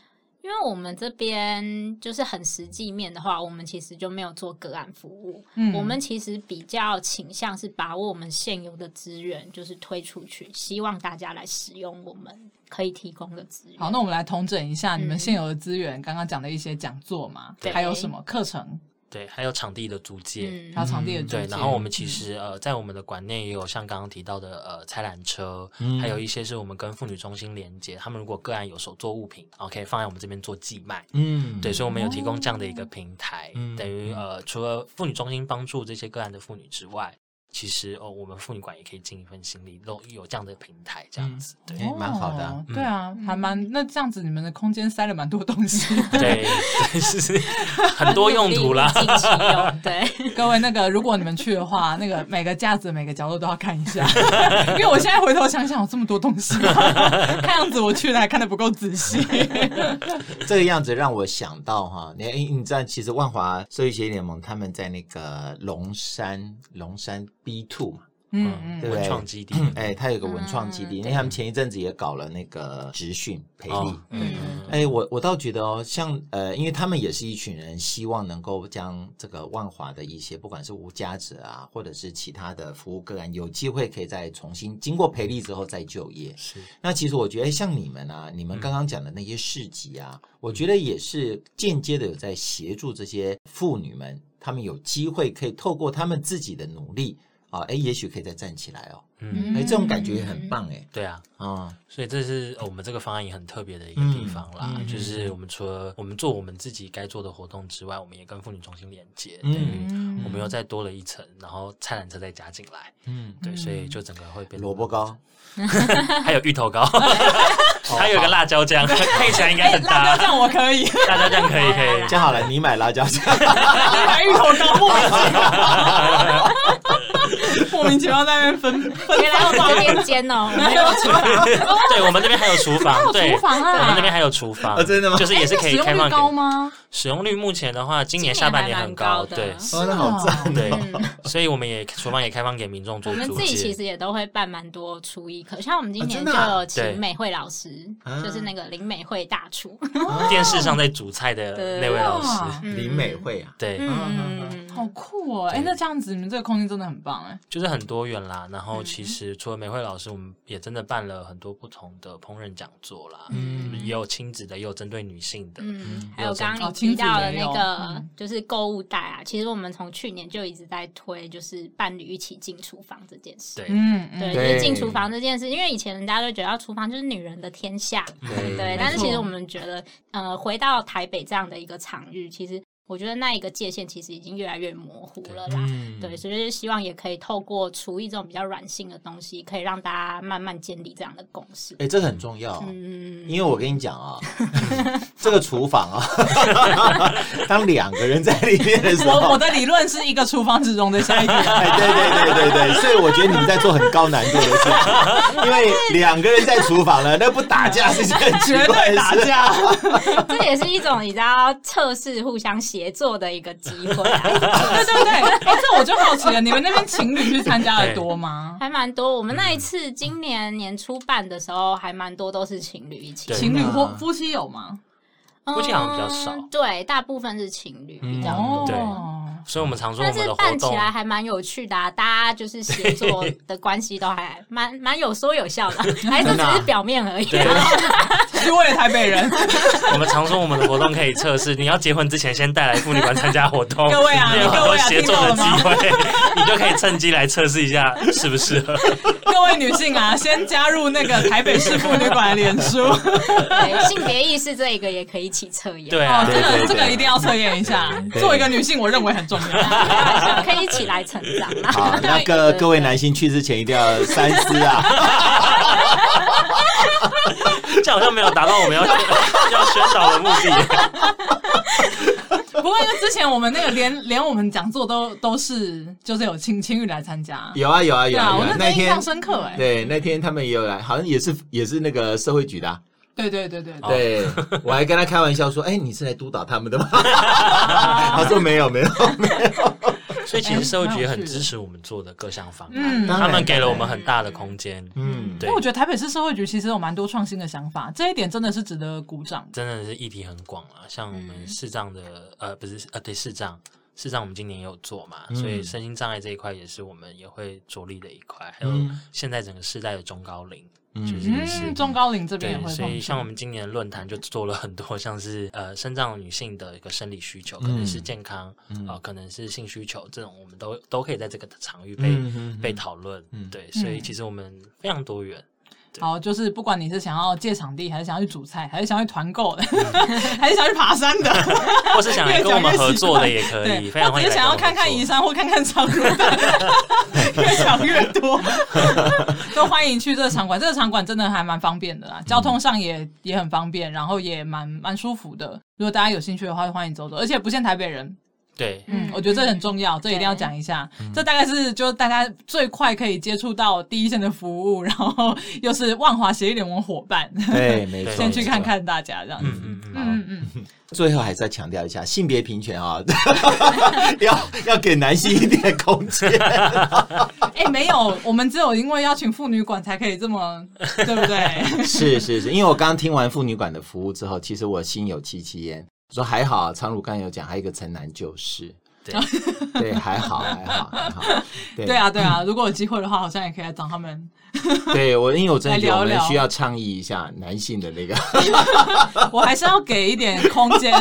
Speaker 4: 因为我们这边就是很实际面的话，我们其实就没有做个案服务，
Speaker 2: 嗯
Speaker 4: 我们其实比较倾向是把握我们现有的资源，就是推出去，希望大家来使用我们可以提供的资源。
Speaker 2: 好，那我们来统整一下
Speaker 4: 嗯
Speaker 2: 你们现有的资源，刚刚讲的一些讲座嘛，
Speaker 4: 对
Speaker 2: 还有什么课程，
Speaker 3: 对，还有场地的租借，
Speaker 4: 嗯
Speaker 2: 还有场地的租
Speaker 3: 对，
Speaker 2: 借嗯
Speaker 3: 然后我们其实呃，在我们的馆内也有像刚刚提到的呃菜篮车，
Speaker 1: 嗯
Speaker 3: 还有一些是我们跟妇女中心连接，他们如果个案有手作物品，啊，可以放在我们这边做寄卖。
Speaker 1: 嗯，
Speaker 3: 对，所以我们有提供这样的一个平台，
Speaker 1: 嗯
Speaker 3: 等于呃，除了妇女中心帮助这些个案的妇女之外，其实哦，我们妇女馆也可以尽一份心力，都有这样的平台这样子。对
Speaker 1: 哎蛮好的啊
Speaker 2: 哦对啊，还蛮那这样子，你们的空间塞了蛮多东西。
Speaker 3: 对， 对，是 很多用途啦。
Speaker 4: 尽其用对，
Speaker 2: 各位，那个如果你们去的话，那个每个架子、每个角落都要看一下， 因为我现在回头想想，有这么多东西 吗，看样子我去的还看的不够仔细。
Speaker 1: 啊这个样子让我想到哈，你哎，你知道，其实万华社会协议联盟他们在那个龙山龙山 B two 嘛，
Speaker 2: 嗯
Speaker 3: 嗯，
Speaker 2: 嗯
Speaker 1: 对
Speaker 3: 文创基地。
Speaker 1: 哎，他有个文创基地，
Speaker 4: 嗯
Speaker 1: 因为他们前一阵子也搞了那个职训培力
Speaker 3: 哦，。嗯，
Speaker 1: 哎，我我倒觉得哦，像呃，因为他们也是一群人，希望能够将这个万华的一些，不管是无家者啊，或者是其他的服务个案，有机会可以再重新经过培力之后再就业。
Speaker 3: 嗯是，
Speaker 1: 那其实我觉得像你们啊，你们刚刚讲的那些市集啊，我觉得也是间接的有在协助这些妇女们，她们有机会可以透过她们自己的努力啊，哎，也许可以再站起来哦，
Speaker 3: 嗯，
Speaker 1: 哎，这种感觉也很棒哎，
Speaker 3: 对啊，
Speaker 1: 啊，
Speaker 3: 所以这是呃我们这个方案也很特别的一个地方啦，
Speaker 1: 嗯嗯
Speaker 3: 就是我们除了我们做我们自己该做的活动之外，我们也跟妇女中心连接，
Speaker 1: 嗯
Speaker 3: 等于
Speaker 2: 嗯
Speaker 3: 我们又再多了一层，然后菜篮车再加进来，
Speaker 1: 嗯，
Speaker 3: 对，
Speaker 2: 嗯
Speaker 3: 所以就整个会变
Speaker 1: 萝卜，糕，
Speaker 3: 还有芋 头糕，还有个辣椒酱，配起来应该很
Speaker 2: 辣椒
Speaker 3: 搭，
Speaker 2: 酱我可以，你
Speaker 4: 哎
Speaker 3: 辣椒酱可以 可以，
Speaker 1: 讲好了，你买辣椒酱，
Speaker 2: 买芋头糕莫名其妙，我莫名其妙在那边分分
Speaker 4: 嗯原来我们这边 煎哦，我们
Speaker 1: 啊
Speaker 4: 有厨房，
Speaker 3: 对我们这边还有厨
Speaker 4: 还
Speaker 3: 房，
Speaker 4: 有
Speaker 3: 对，
Speaker 4: 厨房啊哎
Speaker 3: 我们这边还有厨
Speaker 1: 啊
Speaker 3: 房，
Speaker 1: 真的吗
Speaker 3: 就是 也是可
Speaker 2: 使
Speaker 3: 以
Speaker 2: 用
Speaker 3: 开放
Speaker 2: 率高
Speaker 3: 给。
Speaker 2: 吗？
Speaker 3: 使用率目前的话，今年
Speaker 4: 今年
Speaker 3: 下半
Speaker 4: 还
Speaker 3: 年
Speaker 4: 蛮
Speaker 3: 很
Speaker 4: 高的
Speaker 3: 对
Speaker 1: 哦，那好赞
Speaker 3: 对，
Speaker 4: 嗯。
Speaker 3: 所以我们也厨房也开放给民众
Speaker 4: 我
Speaker 3: 做
Speaker 4: 们
Speaker 3: 租
Speaker 4: 自己其
Speaker 3: 借。
Speaker 4: 实也都会办蛮多厨艺课，像我们今
Speaker 1: 啊
Speaker 4: 年
Speaker 1: 真的
Speaker 4: 就
Speaker 1: 啊
Speaker 4: 有请
Speaker 3: 对
Speaker 4: 美惠老师，
Speaker 1: 啊
Speaker 4: 就是那个林美惠大厨，
Speaker 3: 电视上在煮菜的那位老师，
Speaker 4: 嗯
Speaker 1: 林美，惠啊，
Speaker 3: 对，
Speaker 2: 嗯，好酷哦！哎，那这样子你们这个空间真的很棒哎。
Speaker 3: 就是很多元啦。然后其实除了美惠老师，我们也真的办了很多不同的烹饪讲座啦，
Speaker 1: 嗯
Speaker 3: 也有亲子的，也有针对女性的。
Speaker 4: 嗯，还
Speaker 3: 有
Speaker 4: 有刚刚
Speaker 2: 哦
Speaker 4: 你
Speaker 2: 亲
Speaker 4: 提
Speaker 2: 子
Speaker 4: 到的
Speaker 2: 也
Speaker 4: 那
Speaker 2: 有
Speaker 4: 个
Speaker 2: 嗯
Speaker 4: 就是购物袋啊，其实我们从去年就一直在推，就是伴侣一起进厨房这件事。
Speaker 3: 对
Speaker 2: 嗯
Speaker 4: 对，
Speaker 2: 嗯，
Speaker 4: 就是
Speaker 1: 对
Speaker 4: 进厨房这件事，因为以前人家都觉得啊厨房就是女人的天下，
Speaker 3: 对
Speaker 4: 对
Speaker 1: 哎
Speaker 3: 没。
Speaker 4: 但是
Speaker 2: 错
Speaker 4: 其实我们觉得，呃，回到台北这样的一个场域，其实我觉得那一个界限其实已经越来越模糊了啦。
Speaker 3: 嗯
Speaker 4: 对，所以就是希望也可以透过厨艺这种比较软性的东西，可以让大家慢慢建立这样的共识。
Speaker 1: 哎，这个很重要。
Speaker 4: 嗯，
Speaker 1: 因为我跟你讲啊、 这个厨房啊、 当两个人在里面的时
Speaker 2: 我我
Speaker 1: 候，
Speaker 2: 的理论是一个厨房只容得下一点。
Speaker 1: 哎，对对对对对，所以我觉得你们在做很高难度的事情， 因为两个人在厨房了，那不打架是一件很奇
Speaker 2: 绝
Speaker 1: 怪
Speaker 2: 对
Speaker 1: 的
Speaker 2: 打
Speaker 1: 事。
Speaker 2: 架，
Speaker 4: 这也是一种你知道测试互相协作的一个机会、 啊，
Speaker 2: 对对对，哎，这我就好奇了，你们那边情侣去参加的多吗？
Speaker 4: 还蛮多。我们那一次今年年初办的时候，还蛮多都是情侣一起，
Speaker 3: 对
Speaker 2: 情侣或夫妻有吗？
Speaker 4: 嗯
Speaker 3: 夫妻好像比较少
Speaker 4: 对，大部分是情侣比较多。
Speaker 2: 哦，
Speaker 3: 对所以我们常说我
Speaker 4: 但
Speaker 3: 们
Speaker 4: 是
Speaker 3: 的活
Speaker 4: 办起
Speaker 3: 动啊
Speaker 4: 来还蛮有趣的、啊，大家就是协作的关系都还蛮 蛮有说 有笑的，还是只是表面而已。
Speaker 3: 对，啊
Speaker 2: 是为了台北人，
Speaker 3: 我们常说我们的活动可以测试，你要结婚之前先带来妇女馆参加活动，
Speaker 2: 各位啊
Speaker 3: 你有很
Speaker 2: 各
Speaker 3: 多
Speaker 2: 位啊
Speaker 3: 协
Speaker 2: 听
Speaker 3: 作
Speaker 2: 到
Speaker 3: 的
Speaker 2: 了
Speaker 3: 机
Speaker 2: 吗
Speaker 3: 会，你就可以趁机来测试一下适不适合。
Speaker 2: 各位女性啊，先加入那个台北市妇女馆的脸书。
Speaker 4: 对，性别意识这一个也可以一起测验，
Speaker 3: 对
Speaker 2: 哦，
Speaker 3: 啊，
Speaker 2: 这
Speaker 1: 对对
Speaker 2: 个
Speaker 1: 对
Speaker 2: 这个一定要测验一下
Speaker 1: 对。对
Speaker 2: 作为一个女性，我认为很重要。
Speaker 4: 可以一起来成 长
Speaker 1: 好
Speaker 4: 啦。，
Speaker 1: 那个各位男性去之前一定要三思 啊！
Speaker 3: 这好像没有达到我们要要宣导的目的。
Speaker 2: 不过因为之前我们那个连连我们讲座都都是就是有情情侣来参加，
Speaker 1: 有啊有啊
Speaker 2: 对
Speaker 1: 有
Speaker 2: 啊，
Speaker 1: 啊！有
Speaker 2: 我
Speaker 1: 啊
Speaker 2: 那时候印
Speaker 1: 天
Speaker 2: 象深刻哎。
Speaker 1: 对那天他们也有来，好像也是也是那个社会局的啊、
Speaker 2: 对对对对
Speaker 3: 哦
Speaker 2: 对。
Speaker 1: 对，我还跟他开玩笑说：“哎、你是来督导他们 的吗？”他说：“没有，没有。
Speaker 3: 所以
Speaker 2: 哎
Speaker 3: 其实社会局也很支持我们做的各项方案，
Speaker 2: 嗯
Speaker 3: 他们给了我们很大的空间”。
Speaker 1: 嗯，
Speaker 3: 对
Speaker 2: 那，我觉得台北市社会局其实有蛮多创新的想法，这一点真的是值得鼓掌的。
Speaker 3: 真的是议题很广啊，像我
Speaker 2: 嗯
Speaker 3: 们视障的，呃，不是，呃，对，视障。视障我们今年也有做嘛，
Speaker 1: 嗯
Speaker 3: 所以身心障碍这一块也是我们也会着力的一块，还有
Speaker 1: 嗯
Speaker 3: 现在整个世代的中高龄，
Speaker 1: 嗯
Speaker 3: 就是是
Speaker 2: 嗯，中高龄这边
Speaker 3: 对
Speaker 2: 也，会
Speaker 3: 所以
Speaker 2: 碰
Speaker 3: 像我
Speaker 2: 上。
Speaker 3: 们今年论坛就做了很多，像是呃，身障女性的一个生理需求，可
Speaker 1: 嗯
Speaker 3: 能是健康，啊，可能是性需求，这种我们都都可以在这个场域被
Speaker 1: 嗯嗯嗯
Speaker 3: 被讨论
Speaker 1: 嗯。
Speaker 3: 对，所以
Speaker 2: 嗯
Speaker 3: 其实我们非常多元。
Speaker 2: 好，就是不管你是想要借场地，还是想要去煮菜，还是想要去团购的， 还是想要去爬山的，
Speaker 3: 或是想来跟我们合作的也可
Speaker 2: 对，
Speaker 3: 以，非常
Speaker 2: 或
Speaker 3: 欢
Speaker 2: 者
Speaker 3: 迎
Speaker 2: 是
Speaker 3: 来
Speaker 2: 想要
Speaker 3: 跟我们合作。
Speaker 2: 看看宜山或看看长荣的， 越想越多，都欢迎去这个场馆。这个场馆真的还蛮方便的啦，交通上也也很方便，然后也蛮蛮舒服的。如果大家有兴趣的话，欢迎走走，而且不限台北人。
Speaker 3: 对，
Speaker 2: 嗯，我觉得这很重要，这一定要讲一下。
Speaker 3: 嗯
Speaker 2: 这大概是就是大家最快可以接触到第一线的服务，然后又是万华协力联盟伙伴，
Speaker 1: 对，哎没错。
Speaker 2: 先去看看大家这样子。
Speaker 3: 嗯嗯嗯，
Speaker 2: 嗯嗯嗯，
Speaker 1: 最后还是要强调一下，性别平权啊、 要要给男性一点空间。
Speaker 2: 哎、没有，我们只有因为邀请妇女馆才可以这 么，对不对？
Speaker 1: 是是是，因为我刚刚听完妇女馆的服务之后，其实我心有戚戚焉。我说还好，常儒刚刚有讲，还有一个城南旧事。
Speaker 3: 对
Speaker 1: 对，还好，还好，还 好。对
Speaker 2: 对，啊，对啊，如果有机会的话，好像也可以来找他们。
Speaker 1: 对我，因为我真的觉得我
Speaker 2: 来
Speaker 1: 们
Speaker 2: 聊聊
Speaker 1: 需要倡议一下男性的那个。
Speaker 2: 我还是要给一点空间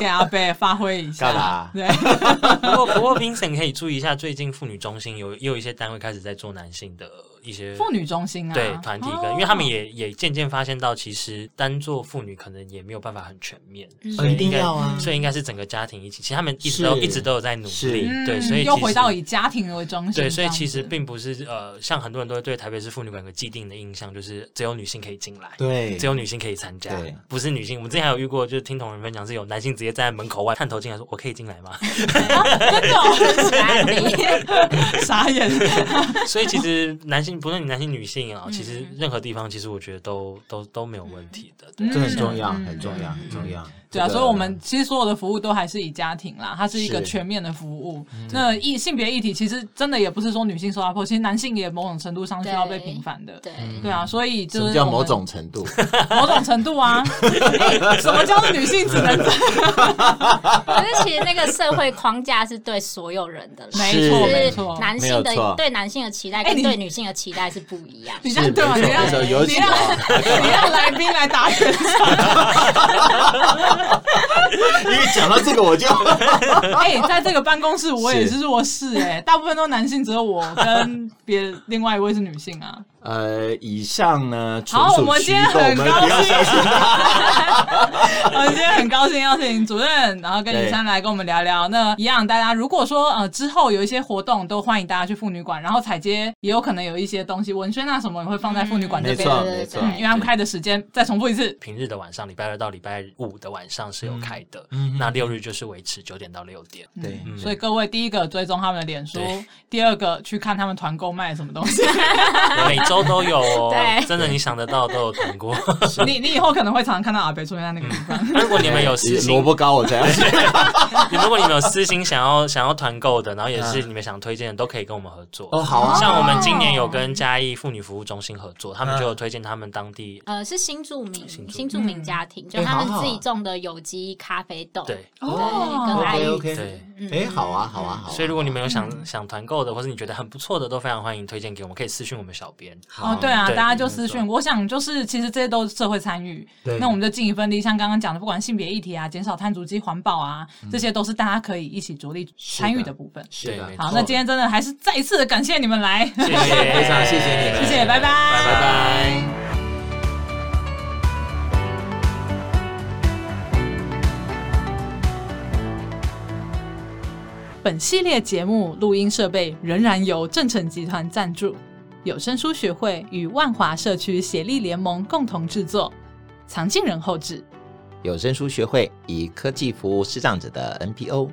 Speaker 2: 给阿贝发挥一
Speaker 1: 干
Speaker 2: 下
Speaker 1: 嘛。
Speaker 2: 对，嗯
Speaker 3: 不过不过，Vincent 可以注意一下，最近妇女中心有也有一些单位开始在做男性的一些
Speaker 2: 妇女中心啊，哦
Speaker 3: 对团体跟，因为他们也也渐渐发现到，其实单做妇女可能也没有办法很全面，
Speaker 4: 嗯
Speaker 3: 所以
Speaker 1: 一定
Speaker 3: 应该
Speaker 1: 要啊
Speaker 3: 所以应该是整个家庭一起。其实他们一直都
Speaker 1: 是
Speaker 3: 一直都有在在努
Speaker 1: 是
Speaker 3: 力，对，所以
Speaker 2: 嗯又
Speaker 3: 其
Speaker 2: 回
Speaker 3: 实
Speaker 2: 到以家庭为中心这样
Speaker 3: 对，
Speaker 2: 子。
Speaker 3: 所以其实并不是呃，像很多人都会对台北市妇女馆有个既定的印象，就是只有女性可以进来，
Speaker 1: 对
Speaker 3: 只有女性可以参加
Speaker 1: 对，
Speaker 3: 不是女性。我们之前还有遇过，就是听同仁分享，是有男性直接站在门口外探头进来说：“我可以进来吗
Speaker 2: 真的
Speaker 4: 这是案 例。
Speaker 2: 傻眼。？”啊
Speaker 3: 所以其实男性，不论你男性女性啊，
Speaker 4: 嗯
Speaker 3: 其实任何地方，其实我觉得都都都没有问题的。
Speaker 2: 嗯
Speaker 3: 对
Speaker 1: 这很重要，
Speaker 2: 嗯
Speaker 1: 很重要，很重要。
Speaker 2: 对啊，
Speaker 1: 这个
Speaker 2: 所以我们其实所有的服务都还是以家庭啦，它是一个
Speaker 1: 是
Speaker 2: 全面的服务。那异性别议题其实真的也不是说女性受压迫，其实男性也某种程度上需要被
Speaker 4: 对
Speaker 2: 平反的。
Speaker 4: 对，
Speaker 2: 对啊，所以
Speaker 1: 什
Speaker 2: 就
Speaker 1: 么
Speaker 2: 是
Speaker 1: 叫
Speaker 2: 我们
Speaker 1: 某种程度？
Speaker 2: 某种程度 啊，哎什么叫做女性只能
Speaker 4: 可是其实那个社会框架是对所有人的啦。
Speaker 2: 没
Speaker 4: 就
Speaker 2: 错
Speaker 1: 是
Speaker 2: 没错
Speaker 4: 是。男性
Speaker 1: 没有错
Speaker 4: 的对男性的期待
Speaker 2: 哎
Speaker 4: 跟
Speaker 2: 你
Speaker 4: 对女性的期待是不一样。
Speaker 2: 你这
Speaker 1: 是
Speaker 2: 样对吧？
Speaker 1: 没
Speaker 2: 你
Speaker 1: 错没
Speaker 2: 让
Speaker 1: 错，尤
Speaker 2: 你
Speaker 1: 其
Speaker 2: 让
Speaker 1: 啊，
Speaker 2: 你让来宾来 打拳，
Speaker 1: 因为讲到这个 我就
Speaker 2: 哎、在这个办公室我也
Speaker 1: 是
Speaker 2: 是弱势哎、大部分都男性，只有我跟别另外一位是女性啊。
Speaker 1: 呃，以上呢纯
Speaker 2: 好，我
Speaker 1: 属
Speaker 2: 们
Speaker 1: 虚
Speaker 2: 今天
Speaker 1: 构，我
Speaker 2: 很
Speaker 1: 们
Speaker 2: 高
Speaker 1: 不要
Speaker 2: 兴
Speaker 1: 相信。，
Speaker 2: 我们今天很高兴邀请主任，然后跟雨珊来跟我们聊聊。那一样，大家如果说呃之后有一些活动，都欢迎大家去妇女馆，然后彩街也有可能有一些东西，文宣啊什么也会放在妇女馆这
Speaker 1: 没
Speaker 2: 边。
Speaker 1: 错，
Speaker 4: 对
Speaker 1: 没
Speaker 4: 对
Speaker 1: 错
Speaker 4: 对。
Speaker 2: 嗯因为他们开的时间，再重复一次，
Speaker 3: 平日的晚上，礼拜二到礼拜五的晚上是有开的，
Speaker 1: 嗯嗯
Speaker 3: 那六日就是维持九点到六点。
Speaker 1: 对，
Speaker 3: 嗯
Speaker 2: 所以各位第一个追踪他们的脸书
Speaker 3: 对，
Speaker 2: 第二个去看他们团购卖什么东西。
Speaker 3: 每周都有哦，
Speaker 4: 对
Speaker 3: 真的你想得到都有谈过。
Speaker 2: 你你以后可能会常常看到阿北出现在那个地方。
Speaker 3: 如果你们有私心
Speaker 1: 萝卜糕，我才要 吃。
Speaker 3: 你如果你们有私心想要想要团购的，然后也是你们想推荐的，都可以跟我们合作。
Speaker 1: 嗯哦，好啊，
Speaker 3: 像我们今
Speaker 2: 哦
Speaker 3: 年有跟嘉义妇女服务中心合作，他们
Speaker 1: 嗯
Speaker 3: 就有推荐他们当地
Speaker 4: 呃，是新住民，
Speaker 3: 新住民
Speaker 4: 新住民家庭，就
Speaker 1: 哎
Speaker 4: 他
Speaker 1: 好
Speaker 4: 们
Speaker 1: 好
Speaker 4: 自己种的有机咖啡豆，
Speaker 3: 对
Speaker 2: 哦
Speaker 4: 对，跟爱
Speaker 1: OK
Speaker 4: 玉
Speaker 1: OK，
Speaker 3: 对。
Speaker 1: 哎，好啊，好啊，好啊。
Speaker 3: 所以，如果你们有想
Speaker 2: 嗯
Speaker 3: 想团购的，或是你觉得很不错的，都非常欢迎推荐给我们，可以私信我们小编。
Speaker 1: 好
Speaker 2: 哦，对啊，
Speaker 3: 对
Speaker 2: 大家就私
Speaker 3: 没
Speaker 2: 讯。我想就是，其实这些都是社会参与
Speaker 1: 对。
Speaker 2: 那我们就尽一份力，像刚刚讲的，不管性别议题啊、减少碳足迹、环保啊，这些都是大家可以一起着力参与的部分。
Speaker 1: 是的
Speaker 3: 对没，错
Speaker 2: 好，那今天真的还是再一次的感谢你们来，
Speaker 3: 谢谢，非
Speaker 1: 常谢谢你们
Speaker 2: 谢谢，拜拜
Speaker 1: 拜拜。
Speaker 2: 本系列节目录音设备仍然由正成集团赞助，有声书学会与万华社区协力联盟共同制作，藏进人后制。
Speaker 1: 有声书学会以科技服务视障者的 NPO